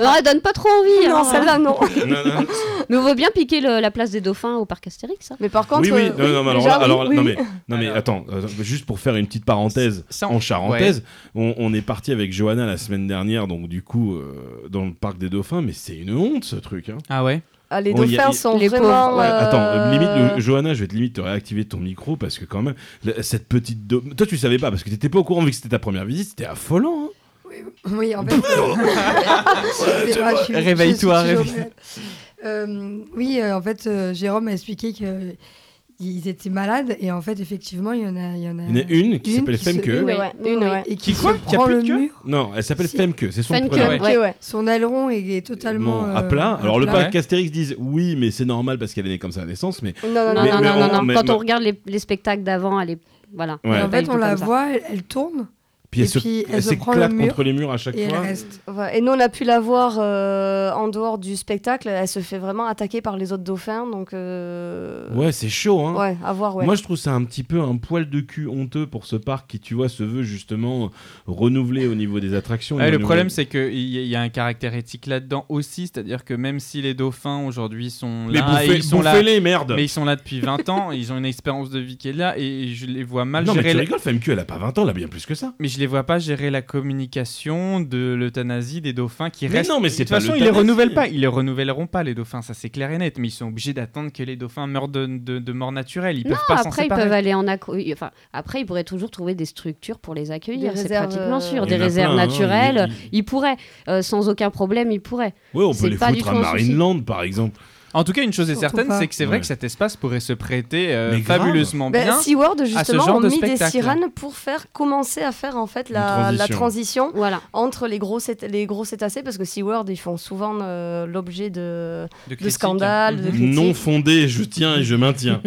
Speaker 1: Oh, elle donne pas trop envie.
Speaker 4: Non,
Speaker 1: hein.
Speaker 4: celle-là, non.
Speaker 2: Non, non, non.
Speaker 1: Mais on veut bien piquer le- la place des dauphins au parc Astérix. hein.
Speaker 4: Mais par contre.
Speaker 2: Oui, oui,
Speaker 4: euh,
Speaker 2: non, non, mais alors,
Speaker 4: déjà,
Speaker 2: là,
Speaker 4: oui,
Speaker 2: alors là,
Speaker 4: oui,
Speaker 2: non,
Speaker 4: oui.
Speaker 2: mais, non, mais
Speaker 3: Alors.
Speaker 2: attends, euh, juste pour faire une petite parenthèse
Speaker 3: Ça, on-
Speaker 2: en charentaise, on, on est parti avec Johanna la semaine dernière, donc du coup, euh, dans le parc des dauphins, mais c'est une honte ce truc. hein.
Speaker 3: Ah ouais.
Speaker 4: Ah, les
Speaker 2: Bon, il y a-
Speaker 4: dauphins
Speaker 2: il-
Speaker 4: sont
Speaker 1: Les pauvres,
Speaker 4: vraiment.
Speaker 1: ouais.
Speaker 4: euh,
Speaker 2: Attends, euh, limite, euh, Johanna, je vais te limite te réactiver ton micro parce que quand même, la- cette petite. do- Toi, tu savais pas parce que t'étais pas au courant vu que c'était ta première visite, c'était affolant. hein.
Speaker 5: Oui, en fait. euh, C'est vrai, je suis-
Speaker 3: Réveille-toi,
Speaker 5: je suis toujours
Speaker 3: réveille-
Speaker 5: malade. Euh, oui, euh, en fait, euh, Jérôme a expliqué que euh, ils étaient malades et en fait, effectivement, il y en a, il y en a.
Speaker 2: Il y en a une qui s'appelle
Speaker 5: se-
Speaker 2: Femke.
Speaker 4: Une,
Speaker 1: Oui.
Speaker 4: ouais. Une, ouais.
Speaker 5: et
Speaker 2: Qui
Speaker 5: qui,
Speaker 2: quoi
Speaker 5: se
Speaker 2: Qui a
Speaker 5: prend
Speaker 2: plus
Speaker 5: le
Speaker 2: de queue
Speaker 5: mur.
Speaker 2: Non, elle s'appelle
Speaker 5: Si.
Speaker 2: Femke, c'est son
Speaker 1: Femke.
Speaker 2: prénom.
Speaker 1: Ouais.
Speaker 4: Ok, ouais.
Speaker 5: Son aileron est, est totalement
Speaker 2: Bon, à
Speaker 5: euh,
Speaker 2: plat. Alors, le
Speaker 5: plat.
Speaker 2: parc Astérix disent oui, mais c'est normal parce qu'elle est née comme ça à la naissance, mais
Speaker 4: Non, non,
Speaker 1: Non,
Speaker 4: non.
Speaker 2: Euh, Mais-
Speaker 1: non,
Speaker 2: mais
Speaker 1: non, non,
Speaker 2: on-
Speaker 1: non.
Speaker 2: mais-
Speaker 1: Quand
Speaker 2: mais-
Speaker 1: on regarde les, les spectacles d'avant, elle est. Voilà.
Speaker 2: Ouais.
Speaker 5: Et en
Speaker 1: Pas
Speaker 5: fait,
Speaker 1: du
Speaker 5: on
Speaker 1: tout
Speaker 5: la
Speaker 1: comme ça.
Speaker 5: voit, elle, elle tourne
Speaker 2: puis elle
Speaker 5: Et
Speaker 2: se-
Speaker 5: puis, elle
Speaker 2: elle
Speaker 5: se
Speaker 2: s'éclate
Speaker 5: prend le mur
Speaker 2: contre les murs à chaque
Speaker 5: et elle
Speaker 2: fois.
Speaker 5: reste.
Speaker 4: Ouais, Et nous, on a pu la voir euh, en dehors du spectacle. Elle se fait vraiment attaquer par les autres dauphins. Donc. euh,
Speaker 2: Ouais, c'est chaud, hein.
Speaker 4: Ouais, à voir, ouais.
Speaker 2: Moi, je trouve ça un petit peu un poil de cul honteux pour ce parc qui, tu vois, se veut justement renouvelé au niveau des attractions.
Speaker 3: Ouais,
Speaker 2: et au
Speaker 3: le
Speaker 2: niveau-
Speaker 3: problème, c'est qu'il y, a- il y a un caractère éthique là-dedans aussi, c'est-à-dire que même si les dauphins aujourd'hui sont
Speaker 2: Mais
Speaker 3: là, et
Speaker 2: bouffez-
Speaker 3: ils sont là,
Speaker 2: bouffez-les, merde
Speaker 3: mais ils sont là depuis 20 ans, ils ont une expérience de vie qui est là, et je les vois mal
Speaker 2: Non, mais
Speaker 3: gérer.
Speaker 2: tu
Speaker 3: la-
Speaker 2: rigoles, FMQ, elle a pas 20 ans, elle a bien plus que ça.
Speaker 3: mais je les vois pas gérer la communication de l'euthanasie des dauphins qui
Speaker 2: Mais
Speaker 3: restent.
Speaker 2: non, mais c'est
Speaker 3: de toute
Speaker 2: pas
Speaker 3: façon, ils les
Speaker 2: l'euthanasie.
Speaker 3: renouvellent pas. Ils les renouvelleront pas les dauphins, ça c'est clair et net. Mais ils sont obligés d'attendre que les dauphins meurent de, de, de mort naturelle. Ils
Speaker 1: Non,
Speaker 3: peuvent pas s'en
Speaker 1: après, ils
Speaker 3: séparer.
Speaker 1: peuvent aller en acco- oui, Enfin, après, ils pourraient toujours trouver des structures pour les accueillir.
Speaker 4: Des
Speaker 1: C'est
Speaker 4: réserves,
Speaker 1: pratiquement
Speaker 4: euh,
Speaker 1: sûr.
Speaker 2: Il y
Speaker 1: Des
Speaker 2: en a
Speaker 1: réserves
Speaker 2: plein, hein,
Speaker 1: naturelles.
Speaker 2: il- il-
Speaker 1: Ils pourraient, euh, sans aucun problème, ils pourraient.
Speaker 2: Ouais, on peut
Speaker 1: C'est
Speaker 2: les
Speaker 1: pas du
Speaker 2: foutre à
Speaker 1: tout un souci.
Speaker 2: Marineland, par exemple.
Speaker 3: En tout cas, une chose est
Speaker 5: Surtout
Speaker 3: certaine,
Speaker 5: pas.
Speaker 3: c'est que c'est vrai
Speaker 2: Ouais.
Speaker 3: que cet espace pourrait se prêter euh,
Speaker 2: Mais grave.
Speaker 3: fabuleusement
Speaker 1: Bah,
Speaker 4: Ben,
Speaker 3: bien.
Speaker 4: SeaWorld, justement,
Speaker 3: genre
Speaker 4: ont
Speaker 3: de
Speaker 4: mis des
Speaker 3: spectacle.
Speaker 4: sirènes pour faire commencer à faire en fait la,
Speaker 2: Une
Speaker 4: la
Speaker 2: transition.
Speaker 4: transition
Speaker 1: Voilà.
Speaker 4: entre les gros, cét- les gros cétacés parce que SeaWorld ils font souvent euh, l'objet de
Speaker 3: critique.
Speaker 4: scandales, de-
Speaker 3: Mhm.
Speaker 4: critique.
Speaker 2: Non fondé, je tiens et je maintiens.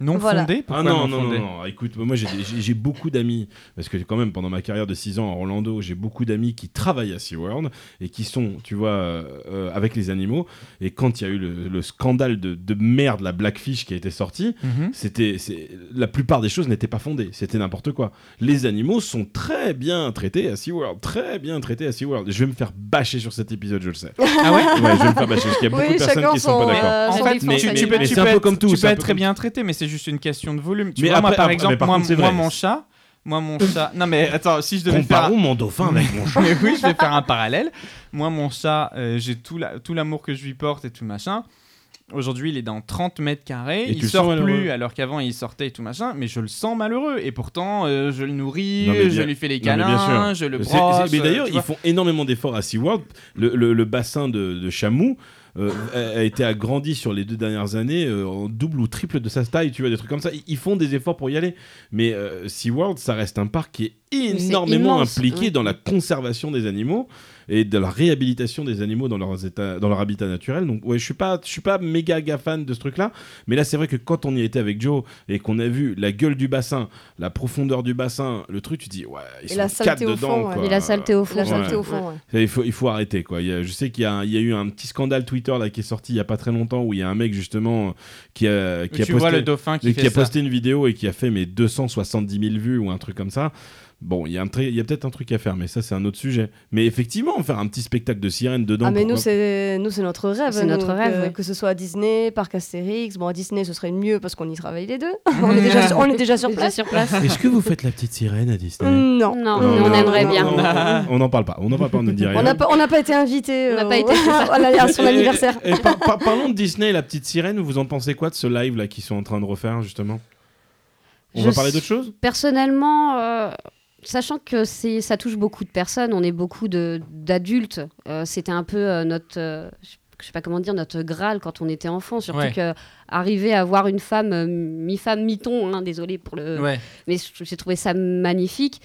Speaker 3: non
Speaker 4: Voilà.
Speaker 3: fondé. Pourquoi
Speaker 2: ah non, non,
Speaker 3: non
Speaker 2: non,
Speaker 3: fondé
Speaker 2: non. Écoute, moi j'ai des- j'ai j'ai beaucoup d'amis, parce que quand même pendant ma carrière de 6 ans à Orlando, j'ai beaucoup d'amis qui travaillent à SeaWorld et qui sont, tu vois, euh, euh, avec les animaux. Et quand il y a eu le, le scandale de, de merde, la Blackfish qui a été sortie,
Speaker 3: Mhm.
Speaker 2: c'était c'est- la plupart des choses n'étaient pas fondées, c'était n'importe quoi. Les animaux sont très bien traités à SeaWorld, très bien traités à SeaWorld. Je vais me faire bâcher sur cet épisode, je le sais. Ouais,
Speaker 3: Ah ouais
Speaker 2: je vais me faire bâcher parce qu'il y a beaucoup de personnes qui sont pas d'accord.
Speaker 4: euh,
Speaker 3: En fait,
Speaker 4: son défense,
Speaker 2: mais-
Speaker 4: ça
Speaker 2: mais-
Speaker 4: y est.
Speaker 2: mais- c'est un peu
Speaker 3: être-
Speaker 2: comme tout,
Speaker 3: Tu
Speaker 2: c'est
Speaker 3: peux
Speaker 2: un
Speaker 3: être
Speaker 2: peu
Speaker 3: très
Speaker 2: comme
Speaker 3: bien traité, mais c'est juste une question de volume. Tu
Speaker 2: Mais
Speaker 3: vois,
Speaker 2: après-
Speaker 3: moi, par
Speaker 2: après- mais
Speaker 3: exemple,
Speaker 2: par
Speaker 3: moi,
Speaker 2: contre, c'est
Speaker 3: moi,
Speaker 2: vrai.
Speaker 3: mon chat, moi, mon chat. Non, mais attends, si je devais faire.
Speaker 2: Comparons mon dauphin avec mon chat.
Speaker 3: Mais oui, je vais faire un parallèle. Moi, mon chat, euh, j'ai tout la- tout l'amour que je lui porte et tout machin. Aujourd'hui, il est dans 30 mètres carrés.
Speaker 2: Et tu
Speaker 3: il
Speaker 2: le
Speaker 3: sort
Speaker 2: sens malheureux.
Speaker 3: plus, alors qu'avant, il sortait et tout machin. Mais je le sens malheureux. Et pourtant, euh, je le nourris,
Speaker 2: Non, mais
Speaker 3: je
Speaker 2: bien-
Speaker 3: lui fais les
Speaker 2: non, mais bien
Speaker 3: câlins, je le
Speaker 2: C'est- c'est-
Speaker 3: brosse.
Speaker 2: mais d'ailleurs,
Speaker 3: euh, tu
Speaker 2: ils
Speaker 3: vois.
Speaker 2: font énormément d'efforts à SeaWorld. Le, le- le bassin de, de Chamou, euh, a, a été agrandie sur les deux dernières années euh, en double ou triple de sa taille, tu vois, des trucs comme ça. Ils, ils font des efforts pour y aller. Mais euh, SeaWorld, ça reste un parc qui est
Speaker 1: c'est
Speaker 2: énormément
Speaker 1: immense,
Speaker 2: impliqué
Speaker 1: ouais.
Speaker 2: dans la conservation des animaux et de la réhabilitation des animaux dans, leurs états, dans leur habitat naturel. Donc, ouais, je suis pas, je suis pas méga gars fan de ce truc-là. Mais là, c'est vrai que quand on y était avec Joe et qu'on a vu la gueule du bassin, la profondeur du bassin, le truc, tu dis, ouais, ils
Speaker 4: Et
Speaker 2: sont
Speaker 4: la
Speaker 2: quatre
Speaker 4: saleté au
Speaker 2: dedans.
Speaker 4: fond, ouais.
Speaker 2: quoi.
Speaker 1: Et la saleté au fond.
Speaker 4: La
Speaker 2: Ouais.
Speaker 4: saleté au fond, ouais.
Speaker 2: Il faut, il faut arrêter quoi. Il y a- je sais qu'il y, a un- il y a eu un petit scandale Twitter là qui est sorti il y a pas très longtemps où il y a un mec justement euh, qui a, qui a
Speaker 3: tu
Speaker 2: posté,
Speaker 3: vois le dauphin qui,
Speaker 2: qui
Speaker 3: fait
Speaker 2: a
Speaker 3: ça.
Speaker 2: posté une vidéo et qui a fait mes 270 000 vues ou un truc comme ça. Bon, il y a, un trai- il y a peut-être un truc à faire, mais ça c'est un autre sujet. Mais effectivement, faire un petit spectacle de sirène dedans.
Speaker 4: ah mais
Speaker 2: pourquoi-
Speaker 4: nous c'est nous c'est notre rêve
Speaker 1: C'est notre
Speaker 4: nous,
Speaker 1: rêve,
Speaker 4: que,
Speaker 1: ouais.
Speaker 4: que ce soit à Disney parc Astérix bon à Disney ce serait mieux parce qu'on y travaille les deux on est déjà sur- on est déjà sur
Speaker 1: Déjà
Speaker 4: place
Speaker 1: sur place.
Speaker 2: Est-ce que vous faites la petite sirène à Disney
Speaker 4: non
Speaker 1: Non,
Speaker 2: Non,
Speaker 1: mais on
Speaker 2: non,
Speaker 1: aimerait
Speaker 2: non,
Speaker 1: bien.
Speaker 2: non, non, On n'en parle pas. On n'en parle pas. On ne dit rien.
Speaker 4: on n'a pas on n'a pas été invité euh,
Speaker 1: On n'a pas été-
Speaker 4: à son
Speaker 2: Et- et-
Speaker 4: anniversaire
Speaker 2: et par- par- parlons de Disney, et la petite sirène. Vous en pensez quoi de ce live là qu'ils sont en train de refaire justement On
Speaker 1: Je
Speaker 2: va parler
Speaker 1: sais-
Speaker 2: d'autre chose
Speaker 1: Personnellement, euh, sachant que c'est, ça touche beaucoup de personnes, on est beaucoup de, d'adultes. euh, c'était un peu euh, notre, euh, je je sais pas comment dire, notre graal quand on était enfant. Surtout
Speaker 3: Ouais.
Speaker 1: que arriver à voir une femme euh, mi-femme mi-ton, hein, désolé pour le,
Speaker 3: Ouais.
Speaker 1: mais je- j'ai trouvé ça magnifique.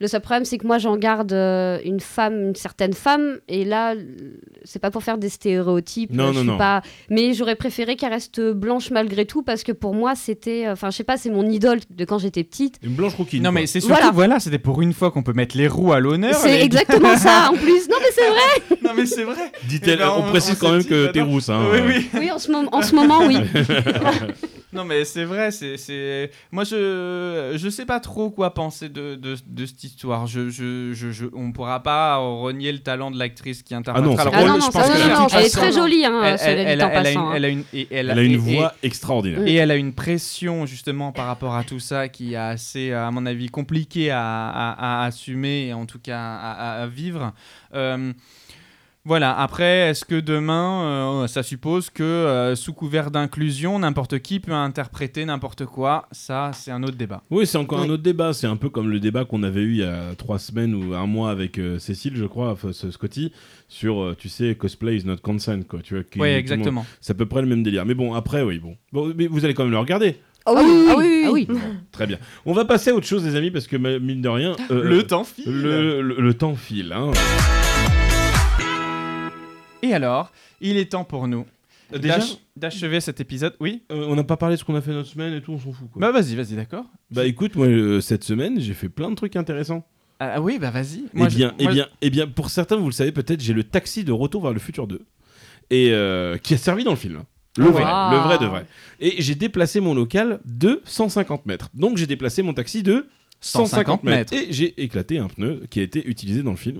Speaker 1: Le seul problème, c'est que moi, j'en garde euh, une femme, une certaine femme, et là, l- c'est pas pour faire des stéréotypes.
Speaker 2: Non,
Speaker 1: euh,
Speaker 2: non,
Speaker 1: je suis
Speaker 2: non.
Speaker 1: Pas... Mais j'aurais préféré qu'elle reste blanche malgré tout, parce que pour moi, c'était, euh, enfin, je sais pas, c'est mon idole de quand j'étais petite.
Speaker 2: Une blanche rouquine.
Speaker 3: Non
Speaker 2: quoi.
Speaker 3: mais c'est surtout
Speaker 1: Voilà.
Speaker 3: voilà, c'était pour une fois qu'on peut mettre les roues à l'honneur.
Speaker 1: C'est
Speaker 3: les-
Speaker 1: exactement ça, en plus. Non, mais c'est vrai.
Speaker 3: non mais c'est vrai.
Speaker 2: Dit-elle,
Speaker 3: Eh ben,
Speaker 2: on,
Speaker 3: on-
Speaker 2: précise
Speaker 3: on
Speaker 2: quand
Speaker 3: s'est
Speaker 2: même
Speaker 3: dit,
Speaker 2: que
Speaker 3: bah
Speaker 2: t'es
Speaker 3: non.
Speaker 2: rousse. Hein,
Speaker 3: oui
Speaker 2: euh.
Speaker 3: oui.
Speaker 1: Oui, en ce, moment- en ce moment, oui.
Speaker 3: Non mais c'est vrai, c'est c'est moi je je sais pas trop quoi penser de, de, de cette histoire. Je, je, je, je- on pourra pas renier le talent de l'actrice qui interprète
Speaker 2: non,
Speaker 3: le
Speaker 2: c'est
Speaker 1: Ah
Speaker 3: rôle.
Speaker 1: non, non, ça,
Speaker 3: Je pense
Speaker 1: non,
Speaker 3: que
Speaker 1: non,
Speaker 3: de
Speaker 1: non,
Speaker 3: toute
Speaker 1: elle est
Speaker 3: façon,
Speaker 1: très jolie, hein,
Speaker 3: elle-
Speaker 1: celle
Speaker 3: elle-
Speaker 1: du
Speaker 3: elle
Speaker 1: temps
Speaker 3: a- elle a
Speaker 1: passant,
Speaker 3: une-
Speaker 1: hein.
Speaker 3: elle a une- et elle a-
Speaker 2: Elle a une
Speaker 3: et-
Speaker 2: voix extraordinaire.
Speaker 1: Oui.
Speaker 3: Et elle a une pression justement par rapport à tout ça qui est assez, euh, à mon avis, compliquée à, à- à assumer et en tout cas à, à- à vivre. Euh, voilà, après, est-ce que demain, euh, ça suppose que euh, sous couvert d'inclusion, n'importe qui peut interpréter n'importe quoi Ça, c'est un autre débat.
Speaker 2: Oui, c'est encore
Speaker 1: Oui.
Speaker 2: un autre débat. C'est un peu comme le débat qu'on avait eu il y a trois semaines ou un mois avec euh, Cécile, je crois, enfin, ce- Scotty, sur, euh, tu sais, cosplay is not consent, quoi. Tu vois, qui-
Speaker 3: Oui,
Speaker 2: tout le monde-
Speaker 3: exactement.
Speaker 2: C'est à peu près le même délire. Mais bon, après, oui, bon. bon mais vous allez quand même le regarder.
Speaker 4: ah
Speaker 1: Ah oui, ah oui.
Speaker 2: Très bien. On va passer à autre chose, les amis, parce que ma- mine de rien, euh,
Speaker 3: Le temps file.
Speaker 2: le, le- le temps file. Hein.
Speaker 3: Et alors, il est temps pour nous
Speaker 2: Euh, Déjà,
Speaker 3: d'ach- d'achever cet épisode. Oui
Speaker 2: euh, on n'a pas parlé de ce qu'on a fait notre semaine et tout, on s'en fout. Quoi.
Speaker 3: Bah vas-y, vas-y, d'accord.
Speaker 2: Bah écoute, moi euh, cette semaine j'ai fait plein de trucs intéressants.
Speaker 3: Ah oui, bah vas-y.
Speaker 2: Eh
Speaker 3: Moi, je-
Speaker 2: bien, eh
Speaker 3: moi, je-
Speaker 2: bien, eh bien, pour certains vous le savez peut-être, j'ai le taxi de retour vers le futur 2 et euh, qui a servi dans le film. Le
Speaker 3: Ah
Speaker 2: vrai,
Speaker 1: ouais.
Speaker 2: le vrai de vrai. Et j'ai déplacé mon local de 150 mètres. Donc j'ai déplacé mon taxi de 150 mètres. Et j'ai éclaté un pneu qui a été utilisé dans le film.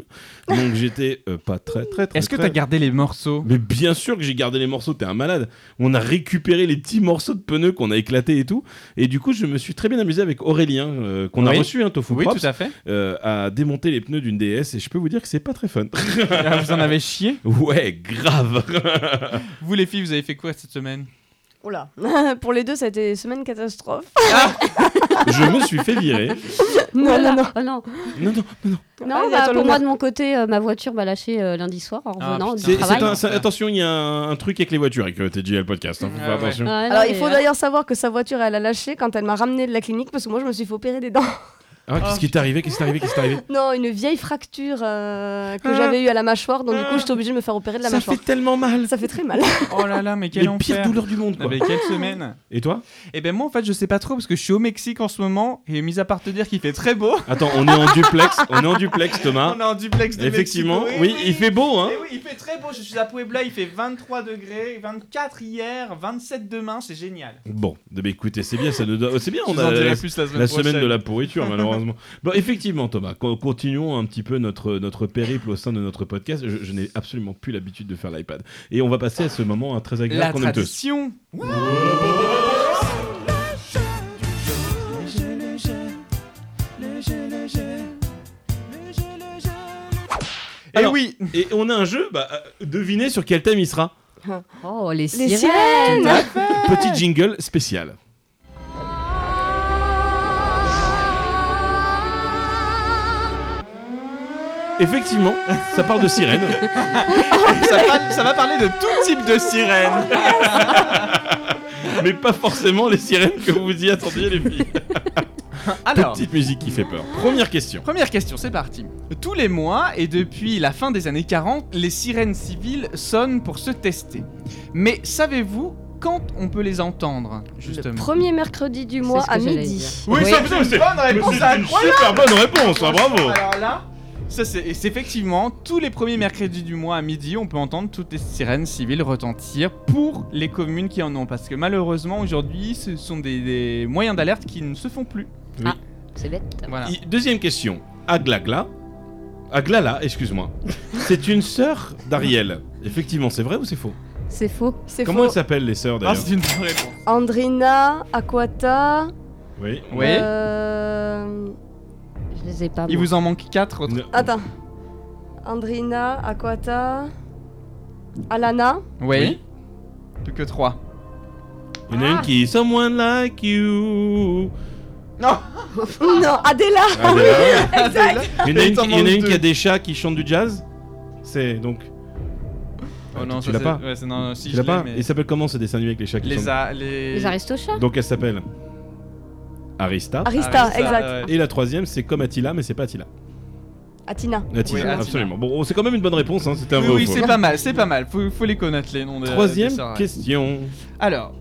Speaker 2: Donc j'étais euh, pas très très très.
Speaker 3: Est-ce que
Speaker 2: très-
Speaker 3: t'as gardé les morceaux
Speaker 2: mais bien sûr que j'ai gardé les morceaux, t'es un malade. On a récupéré les petits morceaux de pneus qu'on a éclatés et tout. Et du coup, je me suis très bien amusé avec Aurélien, euh, qu'on a
Speaker 3: Oui.
Speaker 2: reçu, hein, Tofu
Speaker 3: Oui,
Speaker 2: Props,
Speaker 3: tout à fait.
Speaker 2: euh, à démonter les pneus d'une DS. Et je peux vous dire que c'est pas très fun.
Speaker 3: Ah, vous en avez chié
Speaker 2: ouais, grave.
Speaker 3: Vous, les filles, vous avez fait quoi cette semaine
Speaker 4: Oula. pour les deux ça a été semaine catastrophe
Speaker 2: je me suis fait virer.
Speaker 4: non non non
Speaker 1: Oh non,
Speaker 2: Non, non.
Speaker 1: non
Speaker 4: Vas-y,
Speaker 1: bah,
Speaker 4: attends,
Speaker 1: pour
Speaker 4: le
Speaker 1: moi,
Speaker 4: mec.
Speaker 1: de mon côté, euh, ma voiture m'a lâché euh, lundi soir en
Speaker 3: Ah,
Speaker 1: revenant
Speaker 3: putain.
Speaker 1: du
Speaker 2: C'est- c'est
Speaker 1: travail.
Speaker 2: un- c'est- attention, il y a un, un truc avec les voitures avec euh, TGL Podcast. hein, faut faire
Speaker 3: Ah ouais.
Speaker 2: attention.
Speaker 1: Ouais, non,
Speaker 4: alors il
Speaker 1: mais,
Speaker 4: faut
Speaker 1: euh,
Speaker 4: d'ailleurs savoir que sa voiture elle a lâché quand elle m'a ramené de la clinique parce que moi je me suis fait opérer des dents
Speaker 2: Ah, qu'est-ce qui t'est arrivé Qu'est-ce qui t'est arrivé Qu'est-ce qui t'est arrivé
Speaker 4: non une vieille fracture euh, que
Speaker 2: Ah.
Speaker 4: j'avais eue à la mâchoire donc du
Speaker 2: Ah.
Speaker 4: coup j'étais obligée de me faire opérer de la
Speaker 2: Ça
Speaker 4: mâchoire
Speaker 2: fait tellement mal.
Speaker 4: ça fait très mal
Speaker 3: Oh là là, mais quel
Speaker 2: Les pires
Speaker 3: enfer
Speaker 2: douleurs du monde.
Speaker 3: Ah,
Speaker 2: Quoi.
Speaker 3: mais quelle semaine
Speaker 2: Et toi
Speaker 3: Eh ben moi, en fait, je sais pas trop parce que je suis au Mexique en ce moment et mis à part te dire qu'il fait très beau,
Speaker 2: Attends, on est en duplex. On est en duplex, Thomas.
Speaker 3: on est en duplex de
Speaker 2: Hein Effectivement,
Speaker 3: Mexico.
Speaker 2: oui, il fait beau, hein
Speaker 3: Eh oui, il fait très beau. Je suis à Puebla, il fait 23 degrés, 24 hier, 27 demain, c'est génial.
Speaker 2: Bon, eh ben, écoutez, c'est bien, ça nous donne- c'est bien,
Speaker 3: Je
Speaker 2: on
Speaker 3: vous
Speaker 2: a
Speaker 3: en dirai
Speaker 2: la,
Speaker 3: plus la semaine
Speaker 2: la semaine
Speaker 3: prochaine.
Speaker 2: de la pourriture, malheureusement. bon, effectivement, Thomas, co- continuons un petit peu notre, notre périple au sein de notre podcast. Je, je n'ai absolument plus l'habitude de faire l'iPad. Et on va passer à ce moment hein, très
Speaker 3: La
Speaker 2: agréable qu'on aime tous.
Speaker 3: tradition. Et
Speaker 2: Alors,
Speaker 3: Eh oui,
Speaker 2: Et on a un jeu, bah, euh, devinez sur quel thème il sera.
Speaker 1: Oh, les,
Speaker 4: les
Speaker 1: sirènes.
Speaker 4: sirènes
Speaker 2: Petit jingle spécial. Effectivement, ça part de sirène.
Speaker 6: ça, va- ça va parler de tout type de sirène.
Speaker 2: mais pas forcément les sirènes que vous y attendiez, les filles.
Speaker 3: Alors,
Speaker 2: Ah. Petite musique qui fait peur. Première question.
Speaker 3: Première question, c'est parti. Tous les mois, et depuis la fin des années 40, les sirènes civiles sonnent pour se tester. Mais savez-vous quand on peut les entendre,
Speaker 4: Le
Speaker 3: justement
Speaker 4: premier mercredi du mois
Speaker 1: ce que
Speaker 4: à
Speaker 1: j'allais
Speaker 4: midi.
Speaker 1: dire.
Speaker 2: Oui, ça, ça, c'est-
Speaker 3: bonne
Speaker 2: C'est une
Speaker 3: réponse incroyable
Speaker 2: super bonne réponse, hein, bravo.
Speaker 3: Alors là, ça c'est et c'est effectivement tous les premiers mercredis du mois à midi, on peut entendre toutes les sirènes civiles retentir pour les communes qui en ont. Parce que malheureusement, aujourd'hui, ce sont des, des moyens d'alerte qui ne se font plus.
Speaker 1: C'est bête.
Speaker 3: Voilà.
Speaker 2: Y- Deuxième question. Aglagla. Aglala, excuse-moi. C'est une sœur d'Ariel. Effectivement, c'est vrai ou c'est faux
Speaker 1: C'est faux.
Speaker 4: C'est
Speaker 2: Comment
Speaker 4: faux.
Speaker 2: elles s'appellent les sœurs
Speaker 3: Ah,
Speaker 2: d'ailleurs
Speaker 3: c'est une bonne réponse.
Speaker 4: Andrina, Aquata.
Speaker 2: Oui.
Speaker 3: Oui.
Speaker 4: euh,
Speaker 1: Je les ai pas.
Speaker 3: Il
Speaker 1: moi.
Speaker 3: vous en manque quatre autres.
Speaker 2: Ne-
Speaker 4: Attends. Andrina, Aquata. Alana.
Speaker 3: Oui.
Speaker 2: Oui.
Speaker 3: Plus que trois.
Speaker 2: Il y en a une qui est Someone Like You.
Speaker 6: Non.
Speaker 4: Non, Adela.
Speaker 2: Adèle.
Speaker 4: Ah Exact.
Speaker 2: Il y en a
Speaker 6: Il
Speaker 2: une,
Speaker 6: t'en
Speaker 2: qui- il y en a
Speaker 6: manque
Speaker 2: une qui
Speaker 6: deux.
Speaker 2: a des chats qui chantent du jazz. C'est donc.
Speaker 3: Oh non,
Speaker 2: tu
Speaker 3: ça,
Speaker 2: l'as
Speaker 3: c'est-
Speaker 2: pas
Speaker 3: ouais, c'est- non, non, si,
Speaker 2: Tu
Speaker 3: je
Speaker 2: l'as
Speaker 3: l'ai,
Speaker 2: pas
Speaker 3: mais-
Speaker 2: Il s'appelle comment ce dessin animé avec les chats qui
Speaker 3: Les
Speaker 2: chantent
Speaker 3: a- les...
Speaker 1: Les aristochats
Speaker 2: Donc elle s'appelle Arista.
Speaker 4: Arista,
Speaker 3: Arista, ouais.
Speaker 4: exact.
Speaker 2: Et la troisième, c'est comme Attila, mais c'est pas Attila.
Speaker 4: Atina.
Speaker 2: Attila,
Speaker 3: Attila.
Speaker 2: absolument. Bon, c'est quand même une bonne réponse, hein, c'était un
Speaker 3: Oui,
Speaker 2: vrai ou
Speaker 3: oui,
Speaker 2: faux.
Speaker 3: c'est pas mal, c'est pas mal. Faut, faut les connaître les noms. de-
Speaker 2: Troisième
Speaker 3: des sœurs.
Speaker 2: question.
Speaker 3: Alors,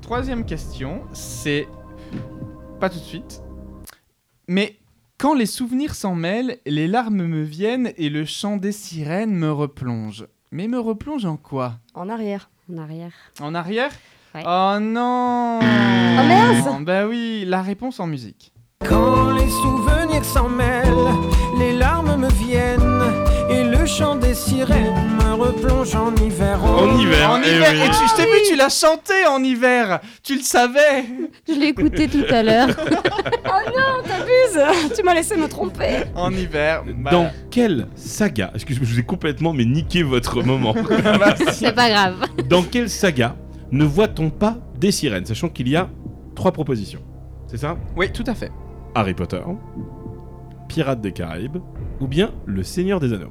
Speaker 3: troisième question, c'est pas tout de suite, mais quand les souvenirs s'en mêlent, les larmes me viennent et le chant des sirènes me replonge. Mais me replonge en quoi
Speaker 4: En arrière.
Speaker 1: en arrière.
Speaker 3: En arrière
Speaker 1: Ouais.
Speaker 3: Oh non
Speaker 4: Oh, mince
Speaker 3: Bah oui, la réponse en musique.
Speaker 7: Quand les souvenirs s'en mêlent, les larmes me viennent et le chant des sirènes me replonge en hiver.
Speaker 2: En hiver,
Speaker 3: en
Speaker 2: eh
Speaker 3: hiver
Speaker 2: oui.
Speaker 3: Et tu, je t'ai vu, tu l'as chanté en hiver Tu le savais
Speaker 1: Je l'ai écouté tout à l'heure.
Speaker 4: Abuse Tu m'as laissé me tromper.
Speaker 3: En hiver bah,
Speaker 2: Dans quelle saga, excusez-moi, je vous ai complètement mais niqué votre moment.
Speaker 1: C'est pas grave.
Speaker 2: Dans quelle saga ne voit-on pas des sirènes Sachant qu'il y a trois propositions. C'est ça
Speaker 3: Oui, tout à fait.
Speaker 2: Harry Potter, Pirates des Caraïbes, ou bien Le Seigneur des Anneaux.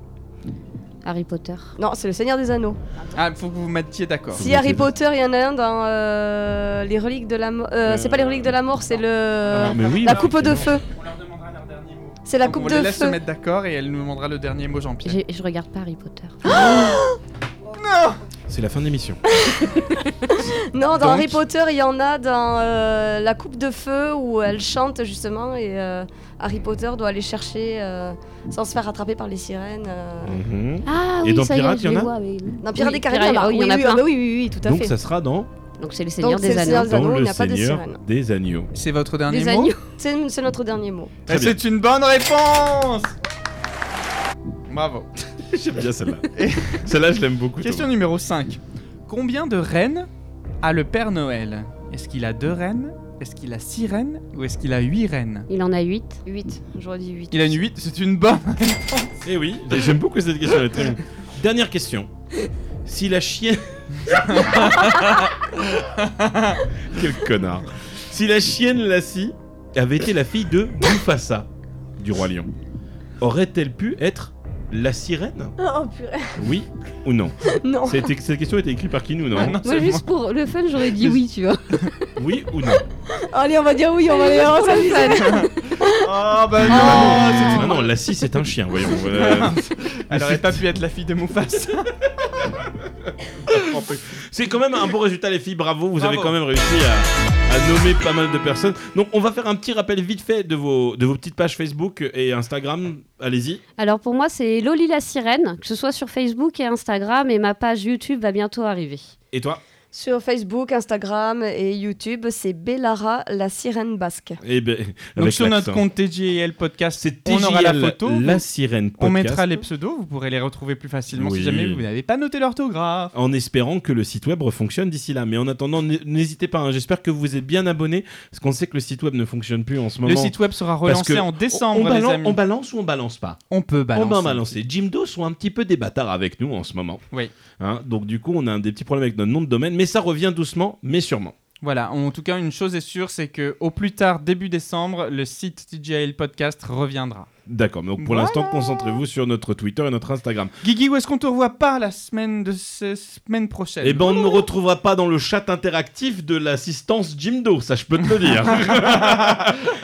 Speaker 1: Harry Potter.
Speaker 4: Non, c'est le Seigneur des Anneaux.
Speaker 3: Ah, faut que vous vous mettiez d'accord.
Speaker 4: Si Harry Potter, il y en a un dans euh, les reliques de la mort. euh, C'est pas les reliques de la mort, c'est le.
Speaker 2: Ah, mais oui,
Speaker 4: Euh, La
Speaker 2: bah,
Speaker 4: coupe de
Speaker 2: forcément.
Speaker 4: feu.
Speaker 3: On leur demandera leur dernier mot.
Speaker 4: C'est la
Speaker 3: Donc
Speaker 4: coupe
Speaker 3: on les
Speaker 4: de
Speaker 3: laisse se
Speaker 4: feu.
Speaker 3: mettre d'accord et elle nous demandera le dernier mot Jean-Pierre.
Speaker 1: J'ai- Je regarde pas Harry Potter.
Speaker 2: C'est la fin de l'émission.
Speaker 4: Non, dans
Speaker 2: Donc-
Speaker 4: Harry Potter, il y en a dans euh, la coupe de feu où elle chante justement et euh, Harry Potter doit aller chercher euh, sans se faire attraper par les sirènes. euh.
Speaker 3: Mm.
Speaker 2: Mhm.
Speaker 1: Ah
Speaker 2: Et
Speaker 1: oui,
Speaker 2: dans
Speaker 1: ça y est,
Speaker 2: Pirates,
Speaker 1: je
Speaker 2: y en
Speaker 1: les
Speaker 2: a
Speaker 1: vois, mais-
Speaker 4: Dans Pirates
Speaker 1: Oui,
Speaker 4: des Caraïbes, il y en a,
Speaker 1: Pirates- oh, il y en a
Speaker 4: oui, oui,
Speaker 1: plein.
Speaker 4: oui, oui, oui, tout à
Speaker 2: Donc
Speaker 4: fait.
Speaker 2: ça sera dans,
Speaker 1: Donc c'est le Seigneur
Speaker 4: c'est
Speaker 1: des
Speaker 4: le
Speaker 1: Anneaux.
Speaker 4: Seigneur des Anneaux,
Speaker 2: dans
Speaker 4: il
Speaker 2: le
Speaker 4: n'y a pas de
Speaker 2: Seigneur
Speaker 4: sirène.
Speaker 2: des Agneaux.
Speaker 3: C'est votre dernier
Speaker 1: Des
Speaker 3: mot
Speaker 1: agneaux.
Speaker 4: C'est c'est notre dernier mot.
Speaker 2: Très
Speaker 3: Et
Speaker 2: bien.
Speaker 3: c'est une bonne réponse Bravo.
Speaker 2: J'aime bien celle-là. celle-là, je l'aime beaucoup.
Speaker 3: Question numéro 5. Combien de reines a le Père Noël Est-ce qu'il a deux reines Est-ce qu'il a six reines Ou est-ce qu'il a huit reines
Speaker 1: Il en a 8.
Speaker 4: 8, j'aurais dit 8.
Speaker 3: Il a une huit, c'est une bonne
Speaker 2: Et Eh oui, j'aime beaucoup cette question. elle est très bien. Dernière question. Si la chienne. Quel connard. Si la chienne Lassie avait été la fille de Mufasa, du roi lion, aurait-elle pu être la sirène
Speaker 4: Oh purée.
Speaker 2: Oui ou non
Speaker 4: Non.
Speaker 2: C'était- Cette question était écrite par qui nous, Ah non
Speaker 3: Non,
Speaker 1: Moi,
Speaker 3: c'est
Speaker 1: juste pour le fun, j'aurais dit oui, tu vois.
Speaker 2: Oui ou non
Speaker 4: Allez, on va dire oui, on va aller on va dire oui.
Speaker 3: Oh bah non c'est
Speaker 2: Ah
Speaker 3: une-
Speaker 2: non, Lassie, c'est un chien, voyons. Euh, voilà.
Speaker 3: Elle aurait pas pu être la fille de Mufasa.
Speaker 2: C'est quand même un beau résultat, les filles. Bravo, vous
Speaker 3: Bravo.
Speaker 2: avez quand même réussi à, à nommer pas mal de personnes. Donc, on va faire un petit rappel vite fait de vos, de vos petites pages Facebook et Instagram. Allez-y.
Speaker 1: Alors pour moi, c'est Loli la sirène, que ce soit sur Facebook et Instagram, et ma page YouTube va bientôt arriver.
Speaker 2: Et toi
Speaker 4: Sur Facebook, Instagram et YouTube, c'est Bellara la sirène basque.
Speaker 2: Eh ben,
Speaker 3: Donc
Speaker 2: avec
Speaker 3: sur notre
Speaker 2: l'accent.
Speaker 3: compte TJL Podcast,
Speaker 2: c'est
Speaker 3: on aura la photo.
Speaker 2: La sirène podcast.
Speaker 3: on mettra les pseudos, vous pourrez les retrouver plus facilement
Speaker 2: Oui.
Speaker 3: si jamais vous n'avez pas noté l'orthographe.
Speaker 2: en espérant que le site web refonctionne d'ici là. Mais en attendant, n- n'hésitez pas. hein. J'espère que vous êtes bien abonnés, parce qu'on sait que le site web ne fonctionne plus en ce moment.
Speaker 3: Le site web sera
Speaker 2: Parce
Speaker 3: relancé
Speaker 2: que
Speaker 3: en
Speaker 2: on-
Speaker 3: décembre,
Speaker 2: on
Speaker 3: les
Speaker 2: balance,
Speaker 3: amis.
Speaker 2: on balance ou on balance pas
Speaker 3: On peut balancer.
Speaker 2: On va en balancer. Jim Doe sont un petit peu des bâtards avec nous en ce moment.
Speaker 3: Oui.
Speaker 2: Hein, donc du coup, on a un des petits problèmes avec notre nom de domaine, mais ça revient doucement, mais sûrement.
Speaker 3: Voilà, en tout cas, une chose est sûre, c'est que au plus tard, début décembre, le site TGIL Podcast reviendra.
Speaker 2: D'accord, donc pour
Speaker 3: Voilà.
Speaker 2: l'instant, concentrez-vous sur notre Twitter et notre Instagram.
Speaker 3: Guigui, où est-ce qu'on te revoit pas la semaine de ce- semaine prochaine
Speaker 2: Eh ben, on ne me retrouvera pas dans le chat interactif de l'assistance Jimdo, ça je peux te le dire.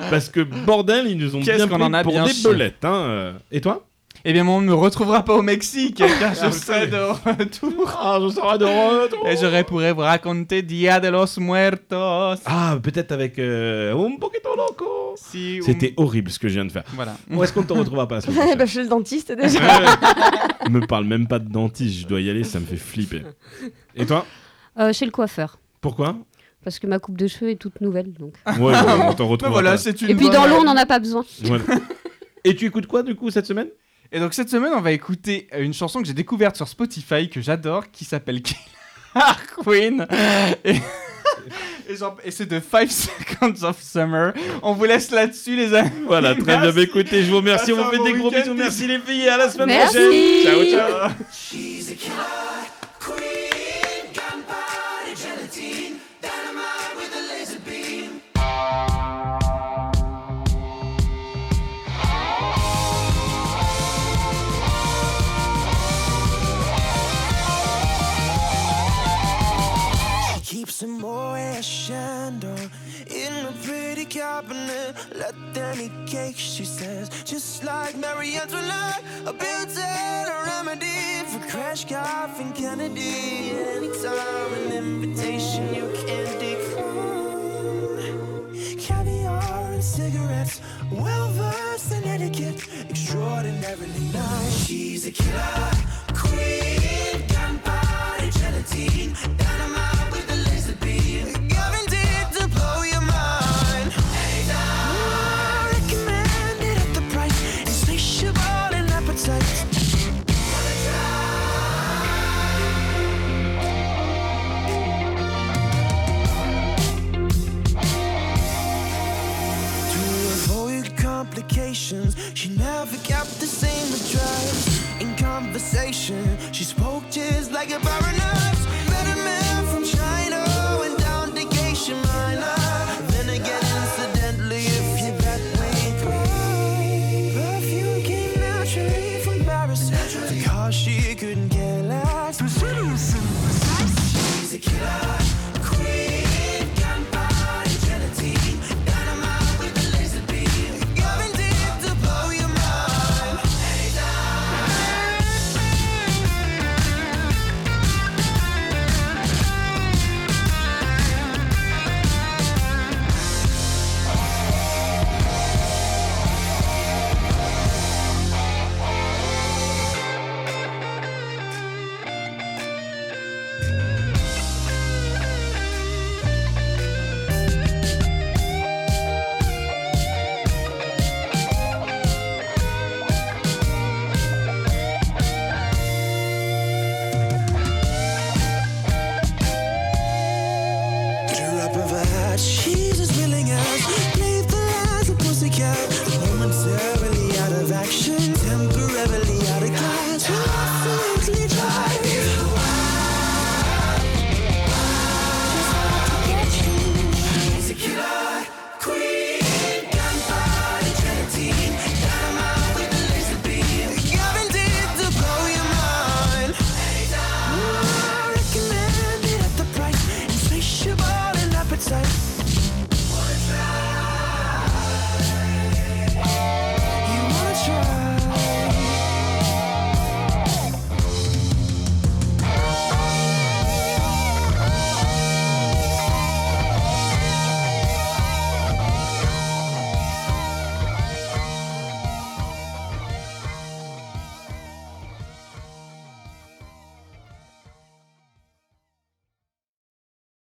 Speaker 2: Parce que bordel, ils nous ont
Speaker 3: Qu'est-ce
Speaker 2: bien
Speaker 3: qu'on
Speaker 2: pris
Speaker 3: en a
Speaker 2: pour
Speaker 3: bien
Speaker 2: des
Speaker 3: chié.
Speaker 2: belettes. hein, euh. Et toi
Speaker 3: Eh bien, on ne me retrouvera pas au Mexique, car je serai de retour.
Speaker 2: Ah, je serai de retour.
Speaker 3: Et je pourrais vous raconter Dia de los Muertos.
Speaker 2: Ah, peut-être avec euh, Un Poquito Loco.
Speaker 3: Si,
Speaker 2: C'était horrible ce que je viens de faire.
Speaker 3: Voilà.
Speaker 2: Où est-ce qu'on ne te retrouvera pas la semaine
Speaker 4: Eh ben,
Speaker 2: prochaine
Speaker 4: je suis le dentiste déjà.
Speaker 2: Ouais. Me parle même pas de dentiste, je dois y aller, ça me fait flipper. Et toi
Speaker 1: Euh, chez le coiffeur.
Speaker 2: Pourquoi
Speaker 1: Parce que ma coupe de cheveux est toute nouvelle. Donc.
Speaker 2: Ouais, ouais, on t'en retrouvera
Speaker 3: Bah voilà,
Speaker 2: pas.
Speaker 3: c'est une
Speaker 1: Et puis
Speaker 3: bonne-
Speaker 1: dans l'eau, on n'en a pas besoin.
Speaker 2: Voilà. Et tu écoutes quoi du coup cette semaine
Speaker 3: Et donc cette semaine, on va écouter euh, une chanson que j'ai découverte sur Spotify que j'adore, qui s'appelle Killer Queen. Et, et j'en- et c'est de 5 Seconds of Summer. On vous laisse là-dessus, les amis.
Speaker 2: Voilà, très bien
Speaker 3: Merci.
Speaker 2: écouté, je vous remercie, on vous
Speaker 3: Passez
Speaker 2: fait
Speaker 3: un
Speaker 2: des
Speaker 3: bon
Speaker 2: gros
Speaker 3: week-end.
Speaker 2: bisous, merci les filles, à la semaine
Speaker 1: Merci.
Speaker 2: prochaine. Ciao, ciao.
Speaker 7: She keeps a Moët chandon in a pretty cabinet. Let any cake, she says, just like Mary Antoinette. A built-in remedy for crash, cough, and Kennedy. Anytime an invitation, you can decline. Caviar and cigarettes, well versed in etiquette, extraordinarily nice. She's a killer queen, gunpowder gelatine, dynamite with a laser beam, guaranteed to blow your mind. Recommended at the price, insatiable in appetite. To avoid complications, she never kept the same address. In conversation, she spoke just like a baronet.